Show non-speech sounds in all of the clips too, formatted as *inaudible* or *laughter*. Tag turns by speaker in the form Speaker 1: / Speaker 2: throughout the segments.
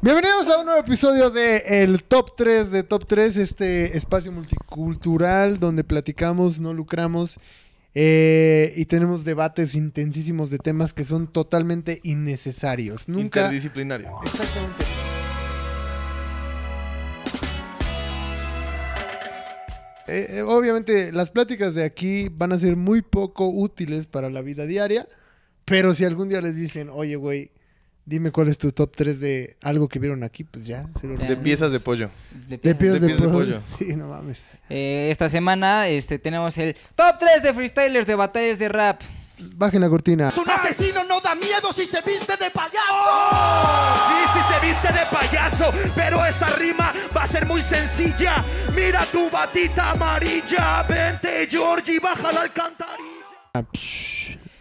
Speaker 1: Bienvenidos a un nuevo episodio de El Top 3 de Top 3, este espacio multicultural donde platicamos, no lucramos eh, y tenemos debates intensísimos de temas que son totalmente innecesarios. Nunca.
Speaker 2: Interdisciplinario.
Speaker 1: Exactamente. Eh, eh, obviamente las pláticas de aquí van a ser muy poco útiles para la vida diaria, pero si algún día les dicen, oye, güey, dime cuál es tu top 3 de algo que vieron aquí, pues ya. Se lo
Speaker 2: De
Speaker 1: resuelven.
Speaker 2: piezas de pollo.
Speaker 3: De
Speaker 1: De
Speaker 3: piezas.
Speaker 1: pies
Speaker 2: de
Speaker 1: de,
Speaker 2: pies de
Speaker 1: pollo.
Speaker 2: pollo.
Speaker 1: *laughs* Sí, no mames.
Speaker 3: Eh, esta semana este, tenemos el top 3 de freestylers de batallas de rap.
Speaker 1: Bajen la cortina.
Speaker 4: Un asesino no da miedo si se viste de payaso. Oh. Sí, si se viste de payaso, pero esa rima va a ser muy sencilla. Mira tu batita amarilla, vente Georgie, baja la alcantarilla.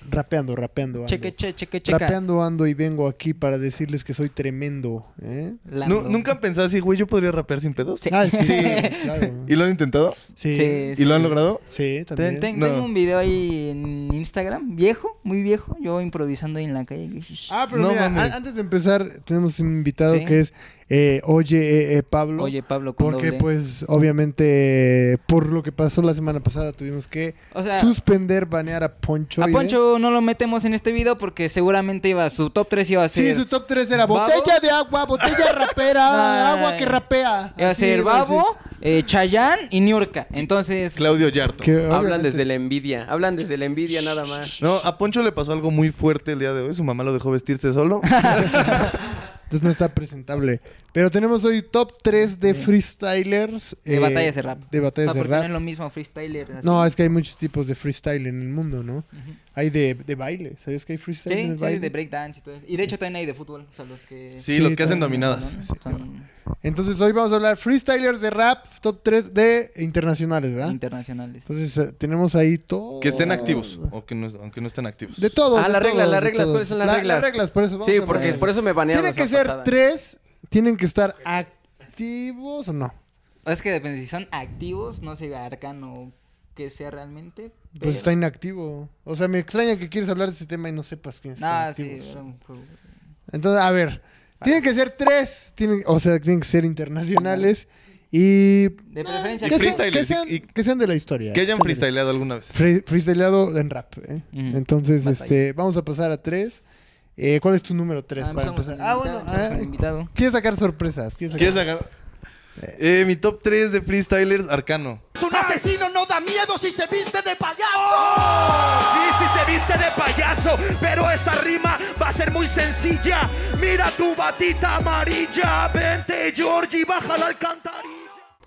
Speaker 1: Rapeando, rapeando. ando.
Speaker 3: Cheque, che, cheque, checa.
Speaker 1: Rapeando ando y vengo aquí para decirles que soy tremendo. ¿eh?
Speaker 3: Lando.
Speaker 2: Nu- ¿Nunca han pensado así, güey, yo podría rapear sin pedos?
Speaker 3: Sí.
Speaker 1: Ah, sí,
Speaker 2: Sí.
Speaker 3: *laughs*
Speaker 1: claro.
Speaker 2: ¿Y lo han intentado?
Speaker 1: Sí,
Speaker 3: Sí.
Speaker 1: sí,
Speaker 2: ¿Y lo han logrado?
Speaker 3: Ten-
Speaker 1: también.
Speaker 3: ten-
Speaker 2: No.
Speaker 3: Tengo un video ahí en Instagram, viejo, muy viejo, yo improvisando ahí en la calle.
Speaker 1: Ah, pero
Speaker 2: No
Speaker 1: mira,
Speaker 2: mames.
Speaker 1: a- antes de empezar, tenemos un invitado
Speaker 3: Sí.
Speaker 1: que es eh, Oye eh, eh, Pablo.
Speaker 3: Oye, Pablo, con
Speaker 1: porque
Speaker 3: doble.
Speaker 1: pues obviamente eh, por lo que pasó la semana pasada tuvimos que
Speaker 3: O sea,
Speaker 1: suspender, banear a Poncho. ¿eh?
Speaker 3: a Poncho no lo metemos en este video porque seguramente iba su top 3 iba a ser
Speaker 1: Sí, su top 3 era
Speaker 3: eh, Babo.
Speaker 1: botella de agua, botella rapera,
Speaker 3: *laughs* Ay.
Speaker 1: agua que rapea.
Speaker 3: iba a
Speaker 1: Así
Speaker 3: ser
Speaker 1: iba a decir.
Speaker 3: Babo, eh, Chayanne y Niurka. Entonces,
Speaker 2: Claudio Yarto.
Speaker 1: Que
Speaker 5: Hablan
Speaker 1: obviamente-
Speaker 5: desde la envidia, hablan desde la envidia nada más.
Speaker 2: No, a Poncho le pasó algo muy fuerte el día de hoy. Su mamá lo dejó
Speaker 1: *laughs*
Speaker 2: vestirse solo.
Speaker 1: Entonces no está presentable. Pero tenemos hoy top 3 de
Speaker 3: Sí.
Speaker 1: freestylers. eh,
Speaker 3: De batallas de rap.
Speaker 1: De
Speaker 3: o sea,
Speaker 1: batallas
Speaker 3: porque no
Speaker 1: de
Speaker 3: es
Speaker 1: rap.
Speaker 3: lo mismo freestyler. así.
Speaker 1: No, es que hay muchos tipos de freestyle en el mundo, ¿no?
Speaker 3: Ujú.
Speaker 1: Hay de, de baile. ¿Sabías que hay
Speaker 3: Sí,
Speaker 1: freestyle de
Speaker 3: sí,
Speaker 1: baile?
Speaker 3: de breakdance y todo eso. Y de hecho también hay de fútbol, o sea, los que...
Speaker 2: Sí,
Speaker 1: Sí,
Speaker 2: los que hacen
Speaker 1: también,
Speaker 2: dominadas.
Speaker 3: ¿no?
Speaker 2: Sí.
Speaker 3: Son
Speaker 1: Entonces hoy vamos a hablar freestylers de rap, top 3 de internacionales, ¿verdad?
Speaker 3: internacionales.
Speaker 1: Entonces eh, tenemos ahí todo.
Speaker 2: Que estén activos. O que no, aunque no estén activos.
Speaker 1: Oh. De todos.
Speaker 5: Ah,
Speaker 1: de
Speaker 5: las reglas,
Speaker 1: todos,
Speaker 5: las
Speaker 1: de
Speaker 5: reglas,
Speaker 1: todos.
Speaker 5: ¿cuáles son las
Speaker 1: La-
Speaker 5: reglas?
Speaker 1: Las reglas, por eso. vamos
Speaker 5: Sí,
Speaker 1: a
Speaker 5: porque
Speaker 1: hablar.
Speaker 5: por eso me banearon.
Speaker 1: Tienen
Speaker 5: la
Speaker 1: que ser
Speaker 5: pasada.
Speaker 1: tres, tienen que estar activos o no.
Speaker 3: Es que depende, si son activos, no sé, arcano que sea realmente. pero-
Speaker 1: Pues está inactivo. O sea, me extraña que quieres hablar de ese tema y no sepas quién está
Speaker 3: Ah, sí,
Speaker 1: activo.
Speaker 3: era un Ah. juego.
Speaker 1: Entonces, a ver, tienen que ser tres, tienen, o sea, tienen que ser internacionales Ah, y...
Speaker 3: De preferencia Ah,
Speaker 1: que, sean-
Speaker 2: Y freestylers,
Speaker 1: que sean,
Speaker 2: y-
Speaker 1: que sean de la historia.
Speaker 2: Que hayan
Speaker 1: sean de la-
Speaker 2: freestyleado alguna vez.
Speaker 1: Fre- freestyleado en rap. ¿eh?
Speaker 3: Ujú.
Speaker 1: Entonces,
Speaker 3: Batalla.
Speaker 1: este, vamos a pasar a tres. Eh, ¿Cuál es tu número tres
Speaker 3: Ah,
Speaker 1: para
Speaker 3: empezamos con
Speaker 1: empezar?
Speaker 3: el
Speaker 1: Ah,
Speaker 3: invitado,
Speaker 1: bueno,
Speaker 3: empezamos con el
Speaker 1: ah,
Speaker 3: invitado.
Speaker 1: quieres sacar sorpresas. Quieres sacar...
Speaker 2: ¿Quieres sacar? Eh, mi top 3 de freestylers, Arcano.
Speaker 4: Un asesino no da miedo si se viste de payaso. Oh, Sí, si se viste de payaso, pero esa rima va a ser muy sencilla. Mira tu batita amarilla, vente Georgie, baja la alcantarilla.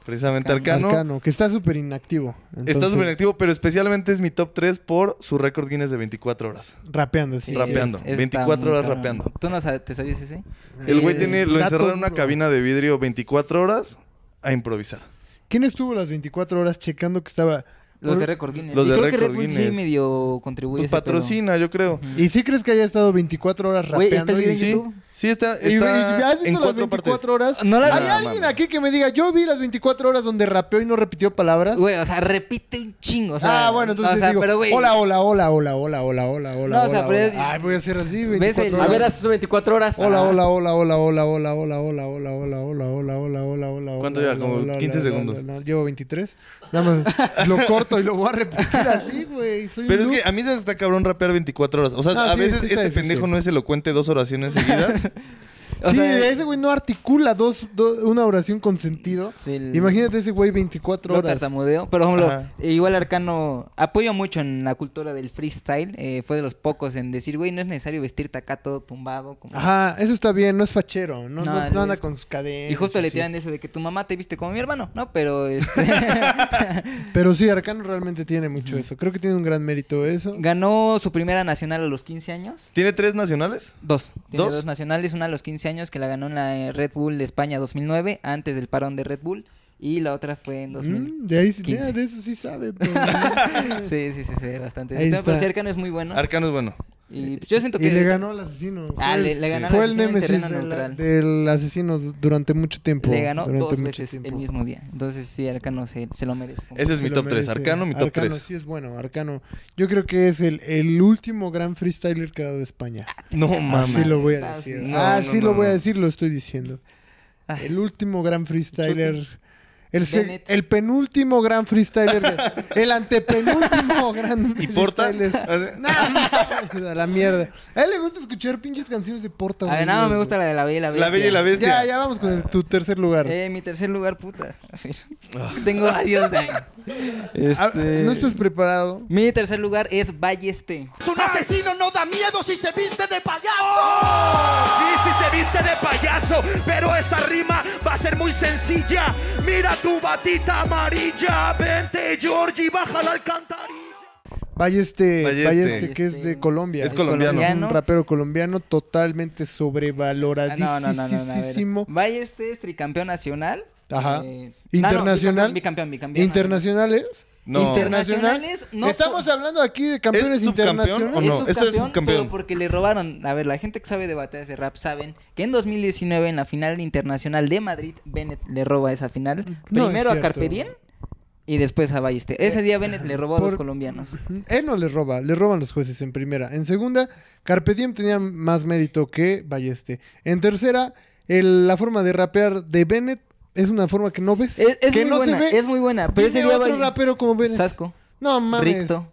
Speaker 2: Precisamente
Speaker 3: Arcano.
Speaker 2: Arcano.
Speaker 1: Arcano, que está súper inactivo.
Speaker 2: Está
Speaker 1: Entonces,
Speaker 2: súper activo, pero especialmente es mi top 3 por su récord Guinness de 24 horas.
Speaker 1: Rapeando, sí.
Speaker 3: Sí,
Speaker 2: Rapeando,
Speaker 3: sí, es- es-
Speaker 2: 24
Speaker 3: está muy
Speaker 2: horas
Speaker 3: cabrón.
Speaker 2: rapeando.
Speaker 3: ¿Tú no sabes, te sabías ese?
Speaker 2: El güey
Speaker 1: es
Speaker 2: tiene, lo
Speaker 1: dato
Speaker 2: encerraron en una
Speaker 1: duro.
Speaker 2: cabina de vidrio 24 horas a improvisar.
Speaker 1: ¿Quién estuvo las 24 horas checando que estaba...
Speaker 3: Los
Speaker 1: Por-
Speaker 3: de Record Guinness.
Speaker 2: Los
Speaker 3: Y
Speaker 2: de
Speaker 3: creo que
Speaker 2: Record
Speaker 3: Red Bull sí
Speaker 2: Guinness.
Speaker 3: medio contribuye. a
Speaker 2: Pues
Speaker 3: ese pedo.
Speaker 2: patrocina, yo creo.
Speaker 1: ¿Y sí crees que haya estado 24 horas
Speaker 3: Güey, ¿está
Speaker 1: rapeando?
Speaker 3: el video
Speaker 1: Y-
Speaker 3: en
Speaker 2: Sí,
Speaker 3: YouTube?
Speaker 2: sí está,
Speaker 1: y- y- ¿Has visto
Speaker 2: está en
Speaker 1: las
Speaker 2: cuatro
Speaker 1: 24
Speaker 2: partes.
Speaker 1: horas?
Speaker 3: No la-
Speaker 1: ¿Hay
Speaker 2: No,
Speaker 1: alguien
Speaker 2: mames.
Speaker 1: aquí que me diga, yo vi las 24 horas donde rapeó y no repitió palabras?
Speaker 3: Güey, o sea, repite un chingo. O sea,
Speaker 1: ah, bueno, entonces
Speaker 3: o sea,
Speaker 1: digo,
Speaker 3: pero, güey,
Speaker 1: hola, hola, hola, hola, hola, hola, hola, hola,
Speaker 3: No, o sea,
Speaker 1: hola,
Speaker 3: pero
Speaker 1: hola.
Speaker 3: es-
Speaker 1: Ay, voy a hacer así,
Speaker 3: ¿Ves
Speaker 1: 24
Speaker 3: el-
Speaker 1: horas.
Speaker 5: A ver, haces 24 horas.
Speaker 1: Hola,
Speaker 5: Ah.
Speaker 1: hola, hola, hola, hola, hola, hola, hola, hola, hola, hola, hola, hola, hola, hola.
Speaker 2: ¿Cuánto
Speaker 1: hola,
Speaker 2: lleva? Como
Speaker 1: hola, hola,
Speaker 2: 15
Speaker 1: hola,
Speaker 2: segundos.
Speaker 1: hola, hola. Llevo 23. Nada más lo corto y lo voy a repetir así, güey. Soy un
Speaker 2: Pero es
Speaker 1: noob.
Speaker 2: que a mí se está cabrón rapear 24 horas. O sea,
Speaker 1: No,
Speaker 2: a
Speaker 1: Ah, sí,
Speaker 2: veces
Speaker 1: sí está
Speaker 2: este
Speaker 1: difícil.
Speaker 2: pendejo no es elocuente dos oraciones seguidas. *laughs*
Speaker 3: o
Speaker 1: sí,
Speaker 3: sea,
Speaker 1: ese güey no articula dos, dos- una oración con sentido.
Speaker 3: Sí, el-
Speaker 1: Imagínate ese güey 24
Speaker 3: Lo
Speaker 1: horas.
Speaker 3: tartamudeo. Pero, por ejemplo,
Speaker 2: Ajá.
Speaker 3: eh, igual Arcano apoyo mucho en la cultura del freestyle. eh, fue de los pocos en decir, güey, no es necesario vestirte acá todo tumbado. Como...
Speaker 1: Ajá, eso está bien, no es fachero, no,
Speaker 3: No,
Speaker 1: no, no
Speaker 3: no
Speaker 1: anda
Speaker 3: es-
Speaker 1: con sus cadenas.
Speaker 3: Y justo le
Speaker 1: así.
Speaker 3: tiran eso de que tu mamá te viste como mi hermano, ¿no? Pero este, *laughs*
Speaker 1: Pero sí, Arcano realmente tiene mucho eso. Creo que tiene un gran mérito eso.
Speaker 3: ganó su primera nacional a los 15 años.
Speaker 2: ¿Tiene tres nacionales?
Speaker 3: Dos. Tiene
Speaker 2: ¿Dos?
Speaker 3: dos nacionales, una a los 15 años que la ganó en la eh, Red Bull de España 2009, antes del parón de Red Bull. Y la otra fue en 2000.
Speaker 1: Mm, de ahí sí-
Speaker 3: 2015.
Speaker 1: mira,
Speaker 3: *laughs*
Speaker 1: de eso sí sabe. pero-
Speaker 3: sí, sí, sí, sí, bastante.
Speaker 1: Ahí
Speaker 3: Pero
Speaker 1: está.
Speaker 3: Cercano es muy bueno.
Speaker 2: Arcano es bueno.
Speaker 3: Y pues, yo siento que.
Speaker 1: Y le ganó al asesino.
Speaker 3: Ah,
Speaker 1: Fue
Speaker 3: le-
Speaker 1: el-
Speaker 3: le ganó al
Speaker 1: Fue el
Speaker 3: asesino en
Speaker 1: némesis
Speaker 3: terreno
Speaker 1: de la-
Speaker 3: neutral.
Speaker 1: del asesino durante mucho tiempo.
Speaker 3: le ganó
Speaker 1: durante
Speaker 3: dos
Speaker 1: mucho
Speaker 3: veces el
Speaker 1: tiempo.
Speaker 3: mismo día. Entonces, sí, Arcano se, se lo merece.
Speaker 2: Ese es
Speaker 1: Se
Speaker 2: mi
Speaker 1: lo
Speaker 2: top 3.
Speaker 1: merece.
Speaker 2: Arcano, mi top
Speaker 1: Arcano
Speaker 2: 3.
Speaker 1: sí es bueno, Arcano. Yo creo que es el, el último gran freestyler que ha dado España.
Speaker 2: Ah, No
Speaker 1: Así
Speaker 2: mames.
Speaker 1: lo voy a
Speaker 3: Ah,
Speaker 1: decir.
Speaker 3: sí.
Speaker 2: No,
Speaker 1: Así
Speaker 2: no,
Speaker 1: lo
Speaker 2: no,
Speaker 1: voy a
Speaker 2: no.
Speaker 1: decir, lo estoy diciendo.
Speaker 3: Ah.
Speaker 1: El último gran freestyler. El, se-
Speaker 3: Bennett.
Speaker 1: el penúltimo gran freestyler. de-
Speaker 2: *laughs*
Speaker 1: el antepenúltimo gran
Speaker 2: ¿Y Porta? *laughs* Ah,
Speaker 1: freestyler.
Speaker 2: Así-
Speaker 1: No, mames, *laughs* a la mierda. A él le gusta escuchar pinches canciones de Porta.
Speaker 3: A
Speaker 1: güey.
Speaker 3: ver, nada, me gusta la de la Bella y la Bestia.
Speaker 2: La Bella y la Bestia.
Speaker 1: Ya, ya vamos con el- tu tercer lugar.
Speaker 3: Eh, mi tercer lugar, puta. A ver. *laughs* Tengo varios de ahí.
Speaker 1: Ah,
Speaker 2: este-
Speaker 1: ¿No estás preparado?
Speaker 3: Mi tercer lugar es Balleste.
Speaker 4: Es un asesino, no da miedo si se viste de payaso. Oh, Sí, si se viste de payaso, pero esa rima va a ser muy sencilla. Mira tu batita amarilla, vente Georgie, baja la alcantarilla.
Speaker 1: Balleste, Balleste,
Speaker 2: Balleste.
Speaker 1: este, que es
Speaker 3: Este,
Speaker 1: de Colombia.
Speaker 2: este. Es colombiano.
Speaker 1: Es un rapero colombiano totalmente
Speaker 3: Ah, No, no, no, no, no, a ver.
Speaker 1: sobrevaloradísimo.
Speaker 3: Balleste es tricampeón nacional.
Speaker 1: Ajá.
Speaker 3: Eh,
Speaker 1: Internacional.
Speaker 3: No, no, bicampeón, bicampeón, bicampeón.
Speaker 1: ¿Internacionales?
Speaker 2: No.
Speaker 3: Internacionales, no.
Speaker 1: Estamos
Speaker 3: por-
Speaker 1: hablando aquí de campeones
Speaker 2: ¿Es subcampeón
Speaker 1: internacionales.
Speaker 2: o no?
Speaker 3: es
Speaker 2: Ese es
Speaker 3: subcampeón,
Speaker 2: subcampeón.
Speaker 3: pero porque le robaron. A ver, la gente que sabe de batallas de rap saben que en 2019, en la final internacional de Madrid, Bennett le roba esa final.
Speaker 1: No es
Speaker 3: Primero a
Speaker 1: cierto. Eh,
Speaker 3: Carpe Diem y después a Balleste. Ese día Bennett le robó a
Speaker 1: Por-
Speaker 3: dos colombianos.
Speaker 1: Mm, Él no les roba, le roban los jueces en primera. En segunda, Carpe Diem tenía más mérito que Balleste. En tercera, el- la forma de rapear de Bennett es una forma que no ves.
Speaker 3: Es, es
Speaker 1: que
Speaker 3: muy
Speaker 1: no
Speaker 3: buena,
Speaker 1: se ve.
Speaker 3: es muy buena. Pero ese
Speaker 1: Dime
Speaker 3: día
Speaker 1: otro
Speaker 3: Balleste.
Speaker 1: rapero como Bennett.
Speaker 3: Sasco,
Speaker 1: No mames.
Speaker 3: Ricto.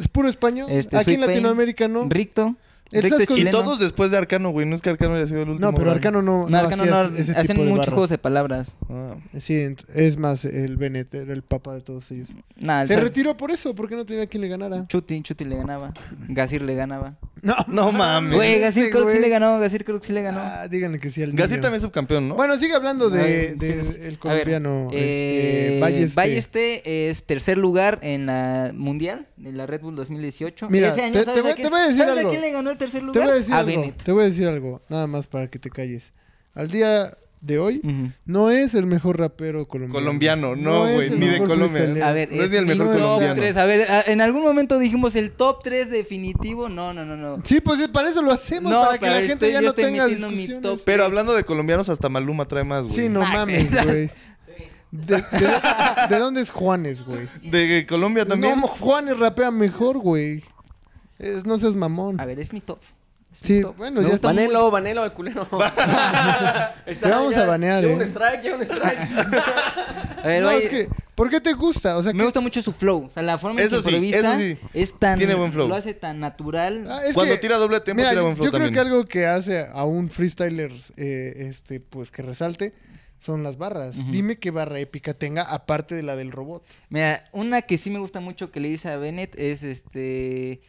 Speaker 1: Es puro español.
Speaker 3: Este,
Speaker 1: Aquí en
Speaker 3: Sweet Pain,
Speaker 1: Latinoamérica no.
Speaker 3: Ricto.
Speaker 1: El
Speaker 3: Ricto
Speaker 1: Sasco-
Speaker 2: Y
Speaker 1: Chileno.
Speaker 2: todos después de Arcano, güey. No es que Arcano haya sido el último.
Speaker 1: No, pero
Speaker 2: güey.
Speaker 1: Arcano no,
Speaker 3: No,
Speaker 1: no
Speaker 3: Arcano
Speaker 1: hacía
Speaker 3: no,
Speaker 1: ese
Speaker 3: hacen
Speaker 1: tipo de
Speaker 3: muchos
Speaker 1: barras.
Speaker 3: juegos de palabras.
Speaker 2: Ah.
Speaker 1: Sí, ent- es más, el Bennett era el papá de todos ellos.
Speaker 3: Nah, el
Speaker 1: Se
Speaker 3: Sas-
Speaker 1: retiró por eso, porque no tenía quien le ganara. Ah,
Speaker 3: Chuti, Chuti le ganaba. Gasir le ganaba.
Speaker 1: No,
Speaker 3: *laughs*
Speaker 2: No mames.
Speaker 3: Güey, Gasir
Speaker 1: ese
Speaker 3: creo que sí
Speaker 1: güey.
Speaker 3: le ganó. Gasir creo que sí le ganó.
Speaker 1: Ah, díganle que sí al niño.
Speaker 2: Gassi también es subcampeón, ¿no?
Speaker 1: Bueno, sigue hablando de,
Speaker 3: Ay,
Speaker 1: de
Speaker 3: sí.
Speaker 1: el
Speaker 3: A ver,
Speaker 1: colombiano
Speaker 3: eh,
Speaker 1: este, Balleste.
Speaker 3: Balleste es tercer lugar en la mundial, en la Red Bull 2018.
Speaker 1: Mira,
Speaker 3: Ese año,
Speaker 1: te- te
Speaker 3: ¿sabes
Speaker 1: voy-
Speaker 3: a quién-
Speaker 1: te voy a decir
Speaker 3: ¿sabes
Speaker 1: algo.
Speaker 3: a quién le ganó el tercer lugar?
Speaker 1: Te voy a decir algo,
Speaker 3: Bennett.
Speaker 1: te voy a decir algo, nada más para que te calles. Al día de hoy
Speaker 3: Ujú.
Speaker 1: no es el mejor rapero colombiano.
Speaker 2: Colombiano, no,
Speaker 1: es
Speaker 2: güey,
Speaker 1: el
Speaker 2: ni de
Speaker 1: mejor
Speaker 2: Colombia.
Speaker 1: freestylero.
Speaker 3: A ver,
Speaker 2: No es ni el mejor
Speaker 3: mi top
Speaker 2: colombiano.
Speaker 3: tres. A ver, a- en algún momento dijimos el top 3 definitivo. No, no, no, no.
Speaker 1: Sí, pues sí, para eso lo hacemos,
Speaker 3: No,
Speaker 1: para que
Speaker 3: pero
Speaker 1: la
Speaker 3: estoy-
Speaker 1: gente ya
Speaker 3: yo
Speaker 1: no
Speaker 3: estoy
Speaker 1: tenga
Speaker 3: metiendo mi
Speaker 1: discusiones.
Speaker 3: top.
Speaker 2: Pero hablando de colombianos, hasta Maluma trae más, güey.
Speaker 1: Sí, no
Speaker 3: Ah,
Speaker 1: mames,
Speaker 3: *laughs* esas-
Speaker 1: güey. De, de- de dónde es Juanes, güey?
Speaker 2: De Colombia también.
Speaker 1: No, Juanes rapea mejor, güey. Es- no seas mamón.
Speaker 3: A ver, es mi top. Es mi
Speaker 1: Sí,
Speaker 3: top.
Speaker 1: bueno,
Speaker 3: Me
Speaker 1: ya
Speaker 3: gusta
Speaker 1: está.
Speaker 3: mucho.
Speaker 5: Vanelo, vanelo al culero.
Speaker 1: Te
Speaker 5: Está,
Speaker 1: vamos a banear,
Speaker 5: ya
Speaker 1: eh.
Speaker 5: un strike, ya un strike.
Speaker 3: A ver,
Speaker 1: no,
Speaker 3: Valle-
Speaker 1: es que, ¿por qué te gusta? O sea,
Speaker 3: Me
Speaker 1: que-
Speaker 3: gusta mucho su flow. O sea, la forma en
Speaker 2: Eso
Speaker 3: que
Speaker 2: sí,
Speaker 3: improvisa
Speaker 2: eso sí.
Speaker 3: es tan.
Speaker 2: Tiene buen flow.
Speaker 3: Lo hace tan natural.
Speaker 1: Ah, es
Speaker 2: Cuando
Speaker 1: que-
Speaker 2: tira doble tempo,
Speaker 1: Mira,
Speaker 2: tira buen
Speaker 1: yo
Speaker 2: flow
Speaker 1: creo
Speaker 2: también.
Speaker 1: que algo que hace a un freestyler, eh, este, pues que resalte, son las barras. Dime qué barra épica tenga, aparte de la del robot.
Speaker 3: Mira, una que sí me gusta mucho que le dice a Bennett es este.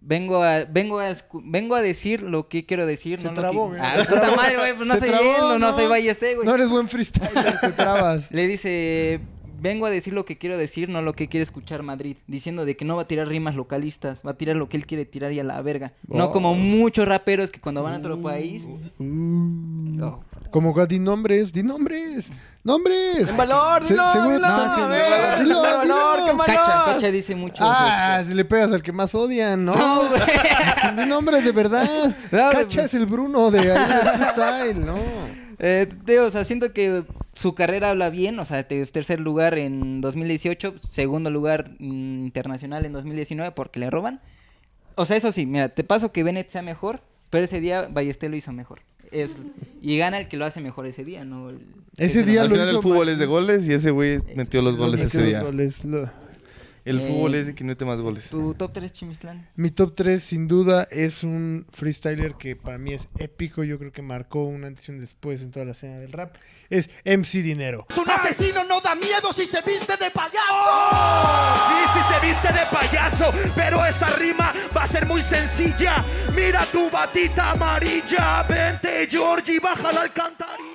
Speaker 3: Vengo a, vengo a, escu- vengo a decir lo que quiero decir.
Speaker 1: Se
Speaker 3: no lo
Speaker 1: trabó,
Speaker 3: que-
Speaker 1: güey.
Speaker 3: Ah, puta madre, güey, pues no
Speaker 1: Se
Speaker 3: soy
Speaker 1: trabó,
Speaker 3: bien, no, no
Speaker 1: no.
Speaker 3: soy Ballester, güey.
Speaker 1: No eres buen freestyler, te trabas.
Speaker 3: Le dice, vengo a decir lo que quiero decir, no lo que quiere escuchar Madrid. Diciendo de que no va a tirar rimas localistas, va a tirar lo que él quiere tirar y a la verga.
Speaker 1: Oh.
Speaker 3: No como muchos raperos que cuando van a otro país...
Speaker 1: Uh,
Speaker 3: Oh.
Speaker 1: Como que di nombres, di nombres, nombres.
Speaker 5: Un valor,
Speaker 1: Se-
Speaker 5: dilo,
Speaker 1: seguro-
Speaker 5: dilo.
Speaker 1: no,
Speaker 3: es que-
Speaker 5: a ver,
Speaker 1: dilo,
Speaker 5: dilo,
Speaker 1: dilo.
Speaker 5: valor, qué valor.
Speaker 3: Cacha, Cacha dice mucho.
Speaker 1: Ah, si le pegas al que más odian, ¿no?
Speaker 3: No, güey.
Speaker 1: Di nombres de verdad.
Speaker 3: No,
Speaker 1: Cacha
Speaker 3: güey.
Speaker 1: es el Bruno de ahí del freestyle, ¿no?
Speaker 3: Eh, te- o sea, siento que su carrera habla bien, o sea, te- tercer lugar en 2018, segundo lugar mm, internacional en 2019 porque le roban. O sea, eso sí, mira, te paso que Bennett sea mejor, pero ese día Ballester lo hizo mejor. Es, y gana el que lo hace mejor ese día, ¿no? El-
Speaker 1: Ese
Speaker 3: el-
Speaker 1: día
Speaker 2: Al
Speaker 1: lo
Speaker 2: final
Speaker 1: hizo
Speaker 2: el fútbol
Speaker 1: mal.
Speaker 2: es de goles y ese güey metió los goles
Speaker 1: Los
Speaker 2: ese día.
Speaker 1: goles, lo-
Speaker 2: El
Speaker 3: Eh,
Speaker 2: fútbol es de quien mete más goles.
Speaker 3: Tu top 3 Chimistlán.
Speaker 1: Mi top 3 sin duda es un freestyler que para mí es épico, yo creo que marcó un antes y un después en toda la escena del rap, es MC Dinero.
Speaker 4: Es un asesino, no da miedo si se viste de payaso. Sí, si se viste de payaso, pero esa rima va a ser muy sencilla. Mira tu batita amarilla, vente Georgie, baja la alcantarilla.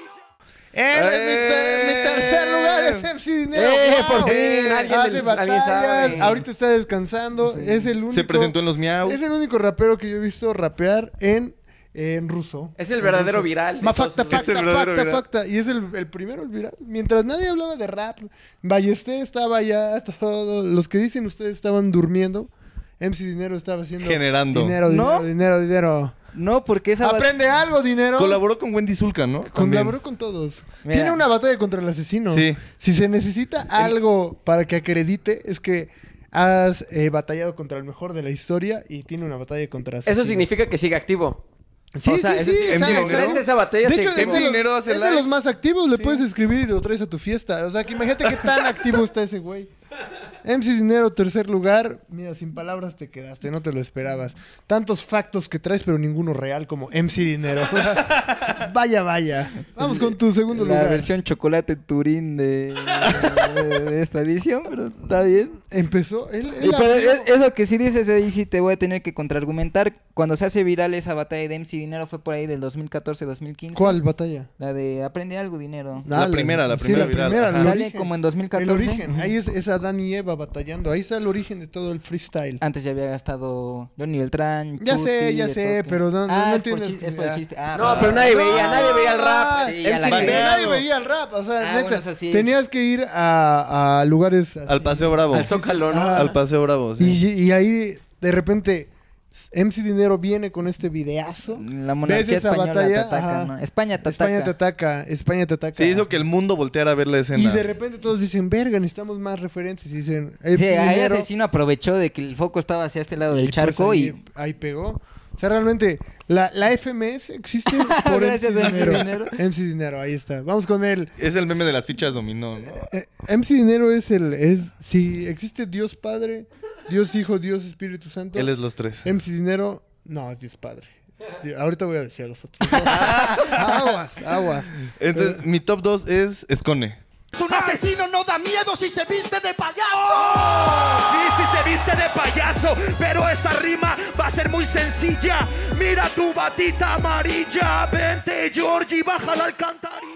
Speaker 1: Él es mi,
Speaker 2: Eh.
Speaker 1: ter- Eh, mi tercer lugar, es MC Dinero.
Speaker 5: ¡Eh,
Speaker 1: ¡Wow!
Speaker 5: por fin! Alguien
Speaker 1: Hace
Speaker 5: del- alguien
Speaker 1: batallas,
Speaker 5: sabe.
Speaker 1: ahorita está descansando, es el único
Speaker 2: Se presentó en los Miau.
Speaker 1: Es el único rapero que yo he visto rapear en en ruso.
Speaker 5: Es el
Speaker 1: En
Speaker 5: verdadero
Speaker 1: ruso.
Speaker 5: viral de
Speaker 1: Ma facta,
Speaker 5: todos los-
Speaker 1: facta,
Speaker 2: Es el verdadero
Speaker 1: facta,
Speaker 2: viral.
Speaker 1: facta. Y es el, el primero, el viral. Mientras nadie hablaba de rap, Ballesté estaba allá, todos los que dicen ustedes estaban durmiendo. MC Dinero estaba haciendo.
Speaker 2: Generando.
Speaker 1: Dinero, dinero,
Speaker 3: ¿No?
Speaker 1: dinero, dinero.
Speaker 3: No, porque esa... bat-
Speaker 1: Aprende algo, dinero.
Speaker 2: Colaboró con Wendy Zulka, ¿no? También.
Speaker 1: Colaboró con todos.
Speaker 3: Mira.
Speaker 1: Tiene una batalla contra el asesino.
Speaker 2: Sí.
Speaker 1: Si se necesita algo para que acredite, es que has eh, batallado contra el mejor de la historia y tiene una batalla contra asesino.
Speaker 5: Eso significa que sigue activo.
Speaker 1: Sí,
Speaker 5: o sea,
Speaker 1: sí,
Speaker 5: eso
Speaker 1: sí,
Speaker 5: sí,
Speaker 1: está-
Speaker 2: MC
Speaker 1: está-
Speaker 2: Dinero.
Speaker 5: Gracias a esa batalla
Speaker 1: De
Speaker 5: sí
Speaker 1: hecho, es de,
Speaker 5: activo.
Speaker 1: los,
Speaker 2: Dinero hace
Speaker 1: es de
Speaker 2: live.
Speaker 1: los más activos. Le puedes escribir y lo traes a tu fiesta. O sea, que imagínate qué tan activo está ese güey. MC Dinero, tercer lugar. Mira, sin palabras te quedaste, no te lo esperabas. Tantos factos que traes, pero ninguno real como MC Dinero. *laughs* vaya, vaya. Vamos con tu segundo
Speaker 3: La
Speaker 1: lugar.
Speaker 3: versión chocolate Turín de, de- de esta edición, pero está bien.
Speaker 1: Empezó. Él, él
Speaker 3: Y pero
Speaker 1: abrió-
Speaker 3: es- eso que sí dices ahí sí te voy a tener que contraargumentar. Cuando se hace viral esa batalla de MC Dinero fue por ahí del 2014-2015.
Speaker 1: ¿Cuál batalla?
Speaker 3: La de Aprende algo, dinero.
Speaker 2: La primera, la
Speaker 1: sí,
Speaker 2: primera
Speaker 1: la
Speaker 2: viral,
Speaker 1: primera,
Speaker 2: ajá.
Speaker 1: el
Speaker 3: Sale
Speaker 1: origen.
Speaker 3: como en
Speaker 1: El
Speaker 3: 2014.
Speaker 1: origen. eh.
Speaker 3: Ujú.
Speaker 1: Ahí es, es Adán y Eva batallando. Ahí está el origen de todo el freestyle.
Speaker 3: Antes ya había gastado Johnny Beltrán.
Speaker 1: Ya sé,
Speaker 3: Cuti,
Speaker 1: ya
Speaker 3: de
Speaker 1: sé,
Speaker 3: todo que-
Speaker 1: pero no- no-
Speaker 3: Ah,
Speaker 1: no
Speaker 3: es por
Speaker 1: entiendes
Speaker 3: chis-
Speaker 1: que
Speaker 3: es por
Speaker 1: sea-
Speaker 3: chiste. Ah,
Speaker 5: No,
Speaker 3: va,
Speaker 5: pero
Speaker 3: va.
Speaker 5: nadie veía, nadie veía el
Speaker 1: Ah,
Speaker 5: rap.
Speaker 3: Sí, ya
Speaker 1: MC
Speaker 3: la
Speaker 1: Dinero,
Speaker 2: cagué.
Speaker 1: nadie veía el rap. O sea,
Speaker 3: Ah,
Speaker 1: neta,
Speaker 3: bueno, eso sí es.
Speaker 1: tenías que ir a, a lugares así.
Speaker 2: Al Paseo Bravo.
Speaker 5: Al Zócalo, ¿no?
Speaker 1: Ah.
Speaker 2: Al Paseo Bravo, sí.
Speaker 1: y, y ahí, de repente, MC Dinero viene con este videazo.
Speaker 3: La monarquía
Speaker 1: ves esa
Speaker 3: española te
Speaker 1: batalla,
Speaker 3: ataca,
Speaker 1: ajá.
Speaker 3: ¿no? España te ataca.
Speaker 1: España te ataca, España te ataca.
Speaker 2: Se hizo que el mundo volteara a ver la escena.
Speaker 1: Y de repente todos dicen, verga, necesitamos más referentes. Y dicen,
Speaker 3: Sí,
Speaker 1: MC
Speaker 3: ahí el
Speaker 1: Dinero,
Speaker 3: asesino aprovechó de que el foco estaba hacia este lado del
Speaker 1: pues
Speaker 3: charco
Speaker 1: ahí-
Speaker 3: y...
Speaker 1: Ahí pegó. O sea, realmente, la, la FMS
Speaker 3: *laughs*
Speaker 1: existe por
Speaker 3: Gracias
Speaker 1: MC
Speaker 3: a MC
Speaker 1: Dinero.
Speaker 3: Dinero.
Speaker 1: MC Dinero, ahí está. Vamos con él.
Speaker 2: Es el meme de las fichas dominó, ¿no?
Speaker 1: Eh, MC Dinero es el... es Si existe Dios Padre, Dios Hijo, Dios Espíritu Santo...
Speaker 2: Él es los tres.
Speaker 1: MC Dinero... No, es Dios Padre. Di- Ahorita voy a decir a los
Speaker 2: *laughs*
Speaker 1: otros. aguas, aguas. eh.
Speaker 2: Entonces, mi top 2 es Escone.
Speaker 4: Es un asesino, no da miedo si se viste de payaso. Sí, si se viste de payaso, pero esa rima va a ser muy sencilla. Mira tu batita amarilla, vente Georgie, baja la alcantarilla.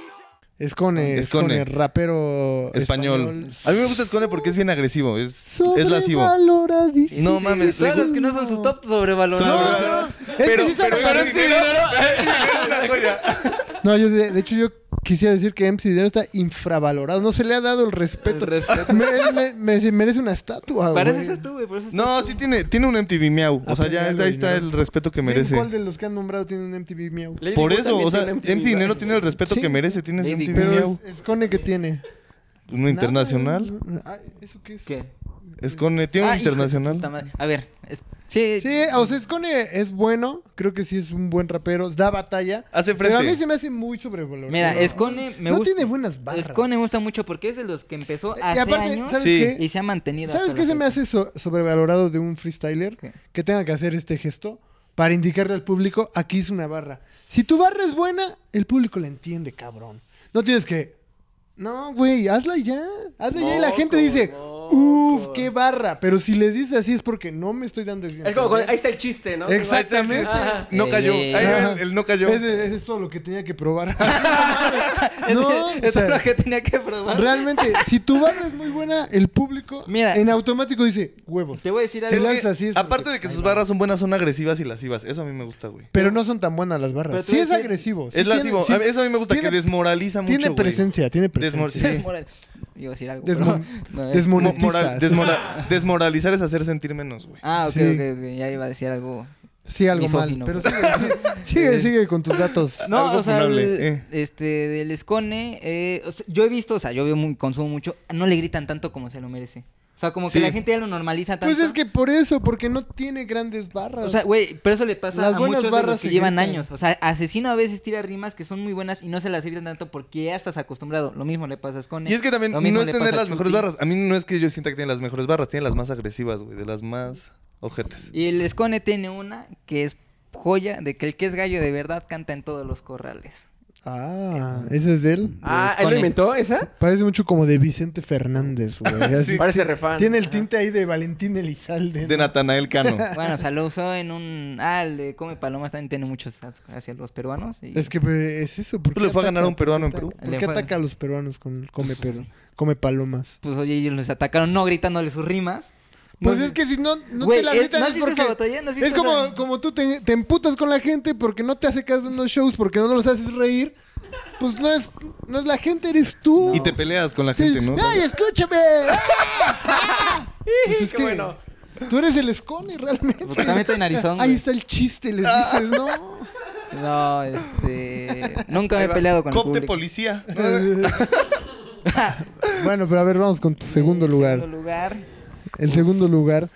Speaker 1: Escone,
Speaker 2: Escone.
Speaker 1: Escone, rapero
Speaker 2: E. Español. A mí me gusta Escone porque es bien agresivo. Es, es lascivo.
Speaker 1: Sobrevaloradísimo.
Speaker 2: No mames,
Speaker 1: Sí,
Speaker 2: le
Speaker 1: sí,
Speaker 5: Todos los que no son su top sobrevalorados.
Speaker 1: No, no.
Speaker 2: Sobrevalorados.
Speaker 1: Es que
Speaker 2: Pero,
Speaker 1: sí está
Speaker 2: pero,
Speaker 1: mejor *laughs*
Speaker 2: MC Dinero. es una joya.
Speaker 1: No, yo de, de hecho yo quisiera decir que MC Dinero está infravalorado. No se le ha dado el respeto. Me- me- me- se merece una estatua,
Speaker 3: Para eso
Speaker 1: güey.
Speaker 3: estás tú, güey, por eso estás
Speaker 2: No,
Speaker 3: tú.
Speaker 2: sí tiene, tiene un MTV miau. O sea,
Speaker 1: Ah, pues,
Speaker 2: ya
Speaker 1: ya
Speaker 2: ahí
Speaker 1: lo
Speaker 2: está
Speaker 1: dinero.
Speaker 2: el respeto que
Speaker 1: Dime
Speaker 2: merece.
Speaker 1: ¿Cuál de los que han nombrado tiene un MTV Miau?
Speaker 5: Lady
Speaker 2: Por
Speaker 5: Gaga
Speaker 2: eso, o sea,
Speaker 5: también tiene
Speaker 2: MC
Speaker 5: MTV,
Speaker 2: Dinero
Speaker 5: ¿verdad?
Speaker 2: tiene el respeto
Speaker 1: Sí.
Speaker 2: que merece. Tiene
Speaker 3: Lady
Speaker 2: ese MTV
Speaker 3: Gaga.
Speaker 1: Pero
Speaker 2: miau.
Speaker 1: es, Escone que tiene.
Speaker 2: Uno internacional.
Speaker 1: Nada, ay, ¿Eso qué es?
Speaker 3: ¿Qué?
Speaker 2: Escone, tiene un
Speaker 3: Ah, hijo de puta
Speaker 2: internacional.
Speaker 3: madre. A ver, es- sí,
Speaker 1: Sí, o sea, Escone es bueno. Creo que sí es un buen rapero. Da batalla.
Speaker 2: Hace
Speaker 1: Pero a
Speaker 2: frente.
Speaker 1: mí se me hace muy sobrevalorado.
Speaker 3: Mira, Escone me
Speaker 1: No
Speaker 3: gusta.
Speaker 1: tiene buenas barras. Eh,
Speaker 3: Escone me gusta mucho porque es de los que empezó
Speaker 1: Y
Speaker 3: hace
Speaker 1: aparte,
Speaker 3: años
Speaker 1: ¿sabes
Speaker 2: Sí.
Speaker 1: qué?
Speaker 3: y se ha mantenido.
Speaker 1: ¿Sabes
Speaker 3: hasta
Speaker 1: qué
Speaker 3: la
Speaker 1: se me
Speaker 3: fecha.
Speaker 1: hace so- sobrevalorado de un freestyler?
Speaker 3: ¿Qué?
Speaker 1: Que tenga que hacer este gesto para indicarle al público, aquí es una barra. Si tu barra es buena, el público la entiende, cabrón. No tienes que... No, güey, hazla ya. Hazla ya y la gente dice, uff, qué barra. Pero si les dices así es porque no me estoy dando el bien.
Speaker 5: Es como, cuando- ahí está el chiste, ¿no?
Speaker 1: Exactamente.
Speaker 5: Ajá.
Speaker 2: No cayó.
Speaker 3: Eh.
Speaker 2: Ahí va el, el no cayó.
Speaker 1: Ese, ese es todo lo que tenía que probar. *laughs* no, o
Speaker 3: *laughs* Eso es
Speaker 1: sea,
Speaker 3: lo que tenía que probar.
Speaker 1: realmente, si tu barra es muy buena, el público
Speaker 3: Mira.
Speaker 1: en automático dice, huevos.
Speaker 3: Te voy a decir
Speaker 1: Se
Speaker 3: algo.
Speaker 1: la- lanza, sí, es
Speaker 2: Aparte
Speaker 1: porque-
Speaker 2: de que
Speaker 1: ahí
Speaker 2: sus
Speaker 1: va.
Speaker 2: barras son buenas, son agresivas y lascivas. Eso a mí me gusta, güey.
Speaker 1: Pero no son tan buenas las barras.
Speaker 3: Pero te
Speaker 1: Sí
Speaker 3: voy a
Speaker 1: es
Speaker 3: decir-
Speaker 1: agresivo. sí
Speaker 2: Es lascivo.
Speaker 1: tiene-
Speaker 2: A mí- Eso a mí me gusta,
Speaker 1: tiene-
Speaker 2: que desmoraliza mucho,
Speaker 1: Tiene
Speaker 2: güey.
Speaker 1: presencia, tiene
Speaker 2: Desmor-
Speaker 1: presencia.
Speaker 2: sí.
Speaker 3: *laughs* Moral- Iba a decir algo.
Speaker 1: Desmon-
Speaker 3: pero *laughs* no, es-
Speaker 1: desmon-
Speaker 2: Mo-
Speaker 1: Monetiza.
Speaker 2: moral- desmora- desmoralizar es hacer sentir menos, güey.
Speaker 3: Ah, ok,
Speaker 1: Sí.
Speaker 3: ok, ok. Ya iba a decir algo.
Speaker 1: Sí, algo
Speaker 3: Misógino,
Speaker 1: mal. Pero
Speaker 3: pues.
Speaker 1: sigue, sigue,
Speaker 2: *laughs*
Speaker 1: sigue, sigue con tus datos.
Speaker 3: No,
Speaker 2: Algo
Speaker 3: o sea,
Speaker 2: funable,
Speaker 3: el-
Speaker 2: eh.
Speaker 3: este, del Escone, eh, o sea, yo he visto, o sea, yo veo muy- consumo mucho, no le gritan tanto como se lo merece. O sea, como
Speaker 2: Sí.
Speaker 3: que la gente ya lo normaliza tanto.
Speaker 1: Pues es que por eso, porque no tiene grandes barras.
Speaker 3: O sea, güey, pero eso le pasa
Speaker 1: Las
Speaker 3: a
Speaker 1: buenas
Speaker 3: muchos de
Speaker 1: barras
Speaker 3: los que
Speaker 1: se
Speaker 3: llevan
Speaker 1: gritan.
Speaker 3: años. O sea, Asesino a veces tira rimas que son muy buenas y no se las gritan tanto porque ya estás acostumbrado. Lo mismo le pasa a Escone.
Speaker 2: Y es que también
Speaker 3: lo mismo
Speaker 2: no es
Speaker 3: le
Speaker 2: tener
Speaker 3: pasa a
Speaker 2: las mejores
Speaker 3: Chuti.
Speaker 2: barras. A mí no es que yo sienta que tiene las mejores barras, tiene las más agresivas, güey, de las más ojetes.
Speaker 3: Y el Escone tiene una que es joya de que el que es gallo de verdad canta en todos los corrales.
Speaker 1: Ah, ese es de él.
Speaker 5: Ah, ¿él lo inventó esa?
Speaker 1: Parece mucho como de Vicente Fernández,
Speaker 2: *laughs*
Speaker 1: güey. Así-
Speaker 5: Parece refan.
Speaker 1: Tiene el tinte ahí de Valentín Elizalde.
Speaker 2: De
Speaker 1: ¿no?
Speaker 2: Natanael Cano.
Speaker 3: Bueno, o sea, lo usó en un... Ah, el de Come Palomas también tiene muchos hacia los peruanos. y-
Speaker 1: Es que pero, es eso. ¿por
Speaker 2: Tú
Speaker 1: qué
Speaker 2: Pues le fue a
Speaker 1: ataca-
Speaker 2: ganar a un peruano en
Speaker 1: ataca-
Speaker 2: Perú.
Speaker 1: ¿Por
Speaker 3: Le
Speaker 1: qué
Speaker 3: fue a-
Speaker 1: ataca a los peruanos con el come, pero, come palomas?
Speaker 3: Pues oye, ellos les atacaron no gritándole sus rimas. No
Speaker 1: Pues
Speaker 3: sé-
Speaker 1: es que si no, no
Speaker 3: Güey,
Speaker 1: te la
Speaker 3: es-
Speaker 1: gritan
Speaker 3: ¿no
Speaker 1: es
Speaker 3: has visto esa
Speaker 1: porque...
Speaker 3: batalla? ¿No has
Speaker 1: es
Speaker 3: visto
Speaker 1: como,
Speaker 3: esa-
Speaker 1: como tú te, te emputas con la gente porque no te hace caso en los shows, porque no los haces reír. Pues no es, no es la gente, eres tú.
Speaker 2: Y te peleas con la
Speaker 1: Sí.
Speaker 2: gente, ¿no?
Speaker 1: ¡Ay, escúchame! ¡Ah! Ah! Pues es
Speaker 5: *laughs* qué
Speaker 1: que-
Speaker 5: bueno.
Speaker 1: Tú eres el Scone,
Speaker 3: Porque
Speaker 1: realmente.
Speaker 3: también estoy narizón.
Speaker 1: Ahí
Speaker 3: güey.
Speaker 1: está el chiste, les dices,
Speaker 5: *laughs*
Speaker 1: no. *laughs*
Speaker 3: No, este. Nunca me
Speaker 2: Ahí
Speaker 3: he
Speaker 2: va.
Speaker 3: peleado con el
Speaker 2: Cop de
Speaker 3: público.
Speaker 2: policía. *laughs*
Speaker 1: Bueno, pero a ver, vamos con tu segundo
Speaker 3: Eh,
Speaker 1: lugar.
Speaker 3: Segundo lugar.
Speaker 1: El segundo lugar.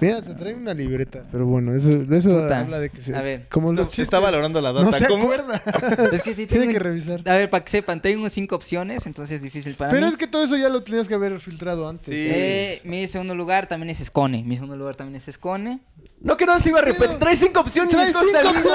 Speaker 1: Mira, se trae una libreta. Pero bueno, eso, de eso
Speaker 3: Puta.
Speaker 1: habla de que se.
Speaker 3: A ver.
Speaker 1: como los
Speaker 2: Está,
Speaker 1: chistes,
Speaker 2: está valorando la data.
Speaker 1: No se
Speaker 2: ¿Cómo?
Speaker 1: acuerda.
Speaker 3: *laughs* Es
Speaker 1: *laughs*
Speaker 3: que sí
Speaker 1: Tiene
Speaker 3: tengo-
Speaker 1: que revisar.
Speaker 3: A ver, para que sepan, tengo cinco opciones, entonces es difícil para
Speaker 1: Pero
Speaker 3: mí.
Speaker 1: es que todo eso ya lo tenías que haber filtrado antes.
Speaker 2: Sí.
Speaker 3: Eh, mi segundo lugar también es Escone. Mi segundo lugar también es Escone.
Speaker 5: No, que no se iba a repetir. Trae cinco opciones. y
Speaker 1: Traes
Speaker 5: escoges
Speaker 1: cinco
Speaker 5: al mismo.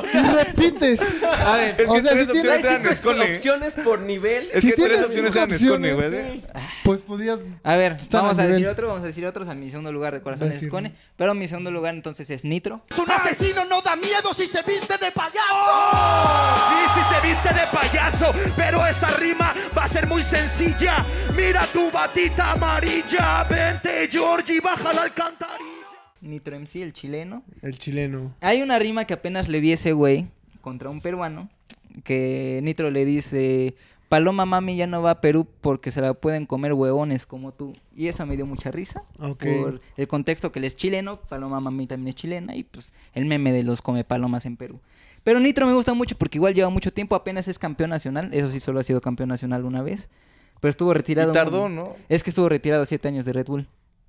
Speaker 3: *laughs*
Speaker 1: cosas y repites.
Speaker 5: A ver.
Speaker 2: Es
Speaker 1: O
Speaker 2: que
Speaker 1: sea,
Speaker 2: tres
Speaker 1: si tienes-
Speaker 5: Trae
Speaker 2: opciones eran
Speaker 5: cinco
Speaker 2: escone.
Speaker 5: opciones por nivel.
Speaker 2: Es
Speaker 1: Si
Speaker 2: que tres
Speaker 1: tienes
Speaker 2: opciones
Speaker 1: cinco
Speaker 2: eran escone,
Speaker 1: opciones,
Speaker 2: güey.
Speaker 1: Pues podías.
Speaker 3: A ver,
Speaker 1: Están
Speaker 3: vamos a
Speaker 1: al
Speaker 3: decir
Speaker 1: nivel.
Speaker 3: otro, vamos a decir otros. A mi segundo lugar de corazón
Speaker 1: Va a
Speaker 3: es
Speaker 1: decir,
Speaker 3: Escone.
Speaker 1: ¿no?
Speaker 3: Pero mi segundo lugar entonces es Nitro.
Speaker 4: Es un asesino, no da miedo si se viste de payaso. Sí, si se viste de payaso, pero esa rima va a ser muy sencilla. Mira tu batita amarilla, vente Georgie, baja la alcantarilla.
Speaker 3: Nitro MC, el chileno.
Speaker 1: El chileno.
Speaker 3: Hay una rima que apenas le vi a ese güey contra un peruano. Que Nitro le dice: Paloma mami ya no va a Perú porque se la pueden comer huevones como tú. Y esa me dio mucha risa.
Speaker 1: Ok.
Speaker 3: Por el contexto que él es chileno. Paloma mami también es chilena. Y pues el meme de los come palomas en Perú. Pero Nitro me gusta mucho porque igual lleva mucho tiempo. Apenas es campeón nacional. Eso sí, solo ha sido campeón nacional una vez. Pero estuvo retirado.
Speaker 2: Y tardó,
Speaker 3: un-
Speaker 2: ¿no?
Speaker 3: Es que estuvo retirado siete años de Red Bull.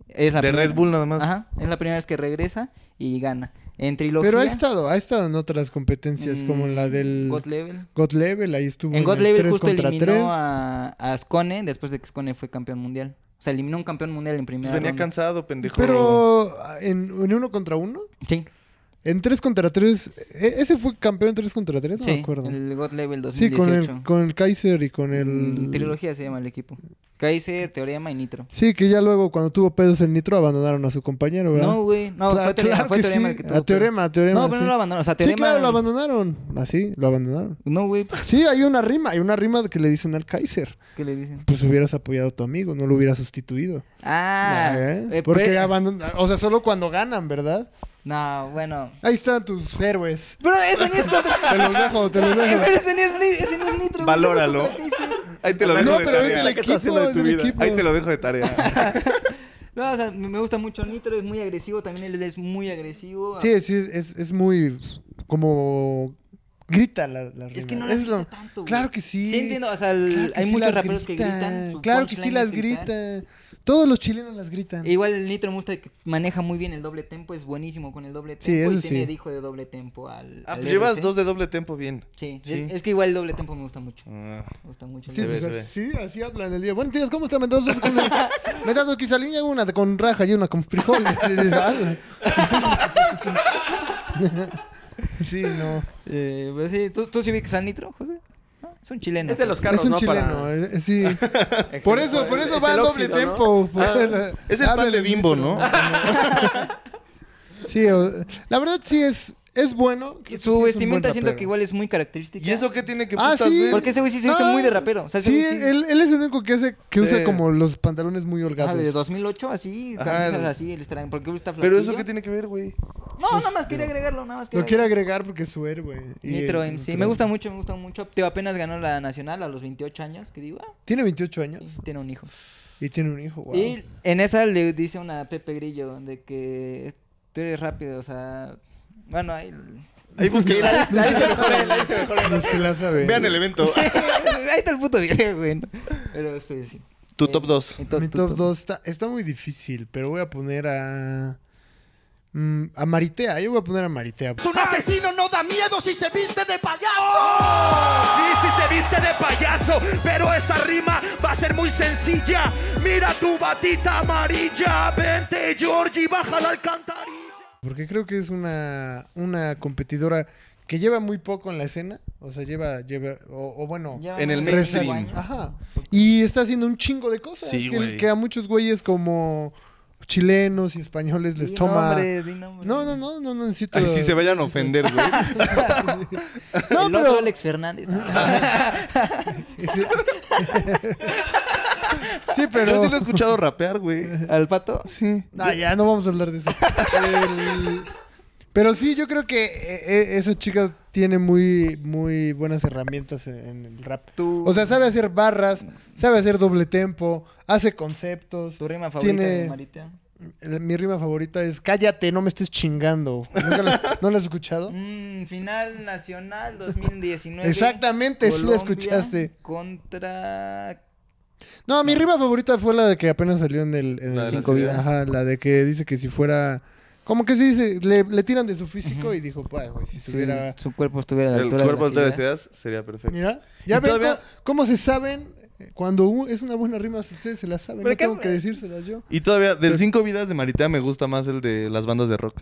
Speaker 3: Es la
Speaker 2: De
Speaker 3: primera-
Speaker 2: Red Bull nada más.
Speaker 3: Ajá, es la primera vez que regresa y gana. En trilogía.
Speaker 1: Pero ha estado, ha estado en otras competencias
Speaker 3: en
Speaker 1: como la del.
Speaker 3: God Level.
Speaker 1: God Level, ahí estuvo.
Speaker 3: En God
Speaker 1: el
Speaker 3: Level
Speaker 1: tres
Speaker 3: justo
Speaker 1: contra
Speaker 3: eliminó
Speaker 1: tres.
Speaker 3: a, a Ascone después de que Ascone fue campeón mundial. O sea, eliminó un campeón mundial en primera
Speaker 2: Pues venía
Speaker 3: ronda.
Speaker 2: cansado, pendejo.
Speaker 1: Pero en, en uno contra uno,
Speaker 3: Sí,
Speaker 1: en tres contra tres, ¿e- ese fue campeón tres contra tres, no
Speaker 3: sí,
Speaker 1: me acuerdo.
Speaker 3: el God Level
Speaker 1: Sí, con
Speaker 3: 2018.
Speaker 1: el, con el Kaiser y con el.
Speaker 3: Mm, Trilogía se llama el equipo. Kaiser, Teorema y Nitro.
Speaker 1: Sí, que ya luego cuando tuvo pedos el Nitro abandonaron a su compañero, ¿verdad?
Speaker 3: No, güey. No,
Speaker 1: Cla-
Speaker 3: fue Teorema,
Speaker 1: claro
Speaker 3: fue
Speaker 1: que
Speaker 3: Teorema
Speaker 1: sí.
Speaker 3: el que tuvo
Speaker 1: A Teorema, a Teorema.
Speaker 3: No, pero no
Speaker 1: sí.
Speaker 3: lo abandonaron. O sea,
Speaker 1: Sí,
Speaker 3: Teorema...
Speaker 1: claro, lo abandonaron. Así, lo abandonaron.
Speaker 3: No, güey. pues,
Speaker 1: Sí, hay una rima, hay una rima que le dicen al Kaiser.
Speaker 3: ¿Qué le dicen?
Speaker 1: Pues hubieras apoyado a tu amigo, no lo hubieras sustituido.
Speaker 3: Ah.
Speaker 1: ¿Eh?
Speaker 3: eh,
Speaker 1: Porque
Speaker 3: pero-
Speaker 1: abandonan, o sea, solo cuando ganan, ¿verdad?
Speaker 3: No, bueno.
Speaker 1: Ahí están tus héroes.
Speaker 3: Pero ese ni es contra...
Speaker 1: Te los dejo, te los
Speaker 3: Eh,
Speaker 1: dejo.
Speaker 3: pero ese ni es, ni- ese ni es Nitro. güey,
Speaker 2: Valóralo.
Speaker 3: ese es contra Kaiser.
Speaker 2: Ahí te lo dejo
Speaker 1: No,
Speaker 2: de
Speaker 1: pero
Speaker 2: tarea.
Speaker 1: es el
Speaker 2: ¿Qué
Speaker 1: equipo,
Speaker 2: estás haciendo de
Speaker 1: es
Speaker 2: tu
Speaker 1: el
Speaker 2: vida?
Speaker 1: equipo.
Speaker 2: Ahí te lo dejo de
Speaker 3: *laughs*
Speaker 2: tarea.
Speaker 3: No, o sea, me me gusta mucho Nitro, es muy agresivo, también él es muy agresivo.
Speaker 1: Sí, sí, es, es muy como grita la, la rima.
Speaker 3: es que no
Speaker 1: Es
Speaker 3: las grita
Speaker 1: lo-
Speaker 3: tanto. güey.
Speaker 1: Claro que sí.
Speaker 3: Sí entiendo, o sea,
Speaker 1: Claro
Speaker 3: el-
Speaker 1: que
Speaker 3: hay
Speaker 1: sí
Speaker 3: muchos
Speaker 1: las
Speaker 3: raperos que gritan. su
Speaker 1: Claro que sí
Speaker 3: punchline
Speaker 1: las
Speaker 3: es gritar.
Speaker 1: gritan. Todos los chilenos las gritan.
Speaker 3: E igual el Nitro me gusta que maneja muy bien el doble tempo, es buenísimo con el doble tempo
Speaker 1: Sí, eso
Speaker 3: y tiene
Speaker 1: sí.
Speaker 3: hijo de doble tempo al
Speaker 2: Ah,
Speaker 3: al
Speaker 2: pues llevas
Speaker 3: RC.
Speaker 2: dos de doble tempo bien.
Speaker 3: Sí,
Speaker 2: Sí.
Speaker 3: Es, es que igual el doble tempo me gusta mucho.
Speaker 2: Ah.
Speaker 3: Me gusta mucho. el
Speaker 1: Sí,
Speaker 2: Se
Speaker 3: doble-
Speaker 1: pues,
Speaker 2: ve, se
Speaker 1: así, así hablan el día. Bueno, tías, ¿cómo está? Me das dos con, me das dos quesadillas, una con raja y una con frijoles. *laughs* Y dices, "Ala". sí, no.
Speaker 3: Eh, pues sí, ¿tú, tú sí ubicas al Nitro, José? No, es un chileno.
Speaker 5: Es de los carros,
Speaker 1: es un
Speaker 5: ¿no? Para-
Speaker 1: chileno, eh, eh, sí.
Speaker 5: Excelente.
Speaker 1: *laughs* Por eso, por eso
Speaker 5: Es
Speaker 1: va
Speaker 5: el
Speaker 1: al doble
Speaker 5: óxido, ¿no?
Speaker 1: tempo. *laughs*
Speaker 3: Ah.
Speaker 1: por-
Speaker 2: Es el pan
Speaker 1: Habla
Speaker 2: de bimbo,
Speaker 1: litro.
Speaker 2: ¿no?
Speaker 1: *laughs* Sí, o- la verdad sí es, es bueno. Creo
Speaker 3: Y
Speaker 1: que sí es
Speaker 3: Su
Speaker 1: un
Speaker 3: vestimenta
Speaker 1: buen
Speaker 3: siento
Speaker 1: rapero.
Speaker 3: que igual es muy característica.
Speaker 2: ¿Y eso qué tiene que
Speaker 1: Ah,
Speaker 2: putas
Speaker 1: sí.
Speaker 2: ver?
Speaker 3: Porque ese güey sí se viste
Speaker 1: No,
Speaker 3: muy de rapero. O sea, ese
Speaker 1: Sí,
Speaker 3: güey
Speaker 1: él, él es el único que hace que
Speaker 2: Sí.
Speaker 1: usa como los pantalones muy
Speaker 3: Ah,
Speaker 1: holgados.
Speaker 3: de 2008, así,
Speaker 2: Ajá,
Speaker 3: camisas
Speaker 2: el-
Speaker 3: así, el Instagram, porque está
Speaker 2: Pero eso
Speaker 3: flaquillo.
Speaker 2: qué tiene que ver, güey.
Speaker 3: No,
Speaker 1: pues,
Speaker 3: nada más quería agregarlo, nada más
Speaker 1: Lo
Speaker 3: quería
Speaker 1: quiero agregar porque es su héroe. Y-
Speaker 3: Nitro MC, me gusta mucho, me gusta mucho. Teo apenas ganó la nacional a los 28 años, que digo, ah,
Speaker 1: Tiene 28
Speaker 3: sí,
Speaker 1: años
Speaker 3: tiene un hijo.
Speaker 1: y tiene un hijo. Wow.
Speaker 3: Y en esa le dice una a Pepe Grillo de que es- tú eres rápido, o sea, bueno, ahí
Speaker 2: Ahí
Speaker 1: *laughs*
Speaker 2: busquen.
Speaker 5: La dice mejor él, la dice mejor él.
Speaker 1: No se la sabe.
Speaker 2: Vean el evento.
Speaker 3: *laughs* ahí está el puto video, güey. ¿no? Pero este sí.
Speaker 2: Tu
Speaker 3: Eh,
Speaker 2: top 2.
Speaker 3: mi to-
Speaker 1: Mi
Speaker 3: tu
Speaker 1: top 2 está, está muy difícil, pero voy a poner a. mm, a Maritea. Yo voy a poner a Maritea.
Speaker 4: Es un asesino, no da miedo si se viste de payaso. Sí, si se viste de payaso, pero esa rima va a ser muy sencilla. Mira tu batita amarilla, vente Georgie, baja la alcantarilla.
Speaker 1: Porque creo que es una, una competidora que lleva muy poco en la escena. O sea, lleva. lleva o, o bueno.
Speaker 3: Ya
Speaker 2: En el
Speaker 3: vamos a
Speaker 1: reza-
Speaker 3: cinco
Speaker 2: mainstream.
Speaker 3: años.
Speaker 1: Ajá. Y está haciendo un chingo de cosas.
Speaker 2: Sí,
Speaker 1: que,
Speaker 2: güey.
Speaker 1: que a muchos güeyes como chilenos y españoles les
Speaker 3: Di
Speaker 1: toma.
Speaker 3: nombre, di nombre.
Speaker 1: No,
Speaker 3: *laughs*
Speaker 1: no, no, no necesito.
Speaker 2: Ay, si se vayan a ofender, güey.
Speaker 1: No,
Speaker 3: el
Speaker 1: pero-
Speaker 3: otro Alex Fernández. ¿no?
Speaker 1: Ese- *laughs* sí, pero.
Speaker 2: Yo sí lo he escuchado rapear, güey.
Speaker 3: Al pato.
Speaker 2: Sí.
Speaker 1: No, ya no vamos a hablar de eso. El- Pero sí, yo creo que eh, eh, esa chica tiene muy, muy buenas herramientas en, en el rap.
Speaker 3: Tú-
Speaker 1: O sea, sabe hacer barras, sabe hacer doble tempo, hace conceptos.
Speaker 3: Tu rima favorita
Speaker 1: Tiene-
Speaker 3: de Maritea.
Speaker 1: el- mi rima favorita es cállate, no me estés chingando. ¿Nunca la- ¿No la has escuchado?
Speaker 3: Mm,
Speaker 1: *laughs*
Speaker 3: final nacional 2019.
Speaker 1: Exactamente, sí la
Speaker 3: Colombia
Speaker 1: escuchaste.
Speaker 3: Contra.
Speaker 1: No, mi rima favorita fue la de que apenas salió en el... en
Speaker 2: La
Speaker 1: el
Speaker 2: de las
Speaker 1: cinco
Speaker 2: ideas.
Speaker 1: Ajá, la de que dice que si fuera... Como que sí, dice, le, le tiran de su físico y dijo, pues, güey, si
Speaker 3: Si
Speaker 1: estuviera...
Speaker 3: su cuerpo estuviera a la
Speaker 2: El
Speaker 3: altura. de
Speaker 2: cuerpo de
Speaker 3: las
Speaker 2: las
Speaker 3: ideas.
Speaker 2: ideas sería perfecto.
Speaker 1: Mira, ya
Speaker 2: Y
Speaker 1: ven
Speaker 2: todavía-
Speaker 1: cómo, cómo se saben. eh, Cuando u- es una buena rima, ustedes se la saben.
Speaker 3: Pero
Speaker 1: no
Speaker 3: qué-
Speaker 1: tengo que decírselas yo.
Speaker 2: Y todavía, del cinco vidas de Maritea me gusta más el de las bandas de rock.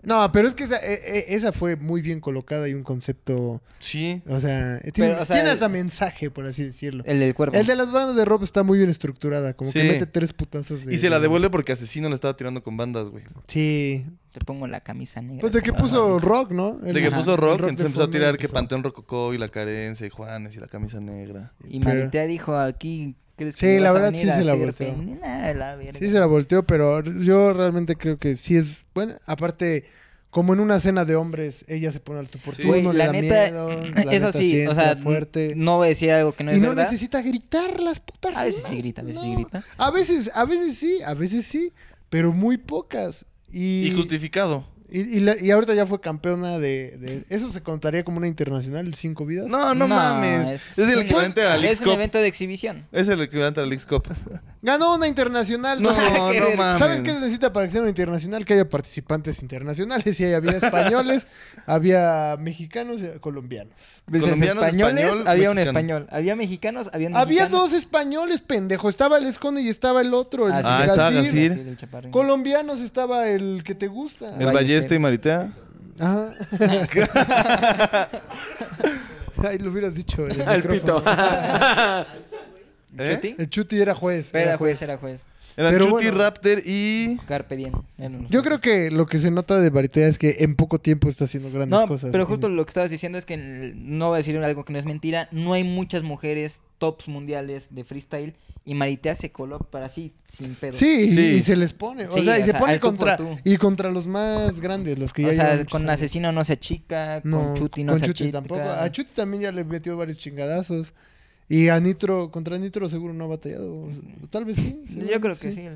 Speaker 1: No, pero es que esa, eh, eh, esa fue muy bien colocada y un concepto.
Speaker 2: Sí.
Speaker 1: O sea, eh, tiene,
Speaker 3: Pero, o sea,
Speaker 1: tiene
Speaker 3: el-
Speaker 1: hasta mensaje, por así decirlo. El,
Speaker 3: El del cuerpo.
Speaker 1: de las bandas de rock está muy bien estructurada. Como que
Speaker 2: eh, Sí.
Speaker 1: mete tres putazos de.
Speaker 2: Y se la devuelve porque Asesino le estaba tirando con bandas, güey.
Speaker 1: Sí.
Speaker 3: Te pongo la camisa negra.
Speaker 1: Pues de que
Speaker 3: como
Speaker 1: puso
Speaker 3: Alex.
Speaker 1: rock, ¿no? El-
Speaker 2: De que
Speaker 3: Ajá.
Speaker 2: puso rock,
Speaker 1: de
Speaker 2: entonces empezó a
Speaker 1: fondo
Speaker 2: tirar que
Speaker 1: empezó.
Speaker 2: Panteón Rococó y la carencia y Juanes y la camisa negra.
Speaker 3: Y
Speaker 1: Pero-
Speaker 3: Maritea dijo aquí. ¿crees que
Speaker 1: Sí, la
Speaker 3: me vas a
Speaker 1: verdad,
Speaker 3: venir
Speaker 1: sí
Speaker 3: a
Speaker 1: se la
Speaker 3: hacerte?
Speaker 1: volteó.
Speaker 3: Ni nada de la verga.
Speaker 1: Sí, se la volteó, pero yo realmente creo que sí es buena. Aparte, como en una cena de hombres, ella se pone al tu por
Speaker 2: Sí.
Speaker 1: tú,
Speaker 3: Güey,
Speaker 1: no le
Speaker 3: la
Speaker 1: da
Speaker 3: neta, *laughs*
Speaker 1: miedo, la
Speaker 3: eso
Speaker 1: neta
Speaker 3: sí, o
Speaker 1: siente
Speaker 3: sea,
Speaker 1: fuerte.
Speaker 3: no voy a decir algo que no es
Speaker 1: y no
Speaker 3: verdad.
Speaker 1: necesita gritar las putas.
Speaker 3: A veces
Speaker 1: rimas.
Speaker 3: sí grita, a veces sí
Speaker 1: No.
Speaker 3: grita.
Speaker 1: A veces, a veces sí, a veces sí, pero muy pocas. Y,
Speaker 2: Y justificado.
Speaker 1: y, y la- y ahorita ya fue campeona de, de- Eso se contaría como una internacional, el cinco vidas.
Speaker 2: No, no, mames. Es, el
Speaker 3: un-
Speaker 2: equivalente a
Speaker 3: Es
Speaker 2: Leagues
Speaker 3: un
Speaker 2: Cup.
Speaker 3: evento de exhibición.
Speaker 2: Es el equivalente a Leagues Cup.
Speaker 1: Ganó una internacional.
Speaker 2: No,
Speaker 1: ¿sabes?
Speaker 2: *laughs* no
Speaker 3: querer.
Speaker 2: mames.
Speaker 1: ¿Sabes qué se necesita para que sea una internacional? Que haya participantes internacionales. Y ahí había españoles,
Speaker 3: *laughs*
Speaker 1: había mexicanos y colombianos.
Speaker 2: Colombianos,
Speaker 3: españoles,
Speaker 2: español,
Speaker 3: había un
Speaker 2: mexicano.
Speaker 3: español. Había mexicanos, había un
Speaker 1: Había
Speaker 3: mexicano.
Speaker 1: dos pues, españoles, pendejo. Estaba el Esconde y estaba el otro, el
Speaker 3: Ah, sí,
Speaker 2: Ah,
Speaker 1: Gacir.
Speaker 2: estaba
Speaker 3: Sí,
Speaker 2: Gacir.
Speaker 3: del chaparrín.
Speaker 1: Colombianos estaba el que te gusta.
Speaker 2: El Ballesta Este y Maritea.
Speaker 1: Ajá.
Speaker 3: *laughs*
Speaker 1: Ay, lo hubieras dicho. en el
Speaker 5: Al
Speaker 1: micrófono.
Speaker 5: pito.
Speaker 2: ¿Eh?
Speaker 3: Chuti.
Speaker 1: El Chuti era juez.
Speaker 3: Pero
Speaker 1: era
Speaker 3: Era juez, era juez.
Speaker 2: Era
Speaker 1: Pero
Speaker 2: Chuti,
Speaker 1: bueno.
Speaker 2: Raptor y...
Speaker 3: Carpe diem. Eran los
Speaker 1: Yo creo
Speaker 3: jueces.
Speaker 1: que lo que se nota de Varitea es que en poco tiempo está haciendo grandes
Speaker 3: No,
Speaker 1: cosas.
Speaker 3: pero justo lo que estabas diciendo es que el- no voy a decir algo que no es mentira. No hay muchas mujeres tops mundiales de freestyle y Maritea se coló para así, sin pedo.
Speaker 1: Sí,
Speaker 2: Sí.
Speaker 1: Y, y se les pone. O
Speaker 3: Sí,
Speaker 1: sea, y
Speaker 3: o
Speaker 1: se
Speaker 3: sea,
Speaker 1: pone
Speaker 3: al tú
Speaker 1: contra.
Speaker 3: por tú.
Speaker 1: Y contra los más grandes, los que ya
Speaker 3: O sea,
Speaker 1: llevan
Speaker 3: con
Speaker 1: muchos años.
Speaker 3: Asesino no se achica, con Chuti no
Speaker 1: con
Speaker 3: se
Speaker 1: Chuti
Speaker 3: achica.
Speaker 1: tampoco. A Chuti también ya le metió varios chingadazos. Y a Nitro, contra Nitro seguro no ha batallado. O- o Tal vez sí.
Speaker 3: Yo creo que sí.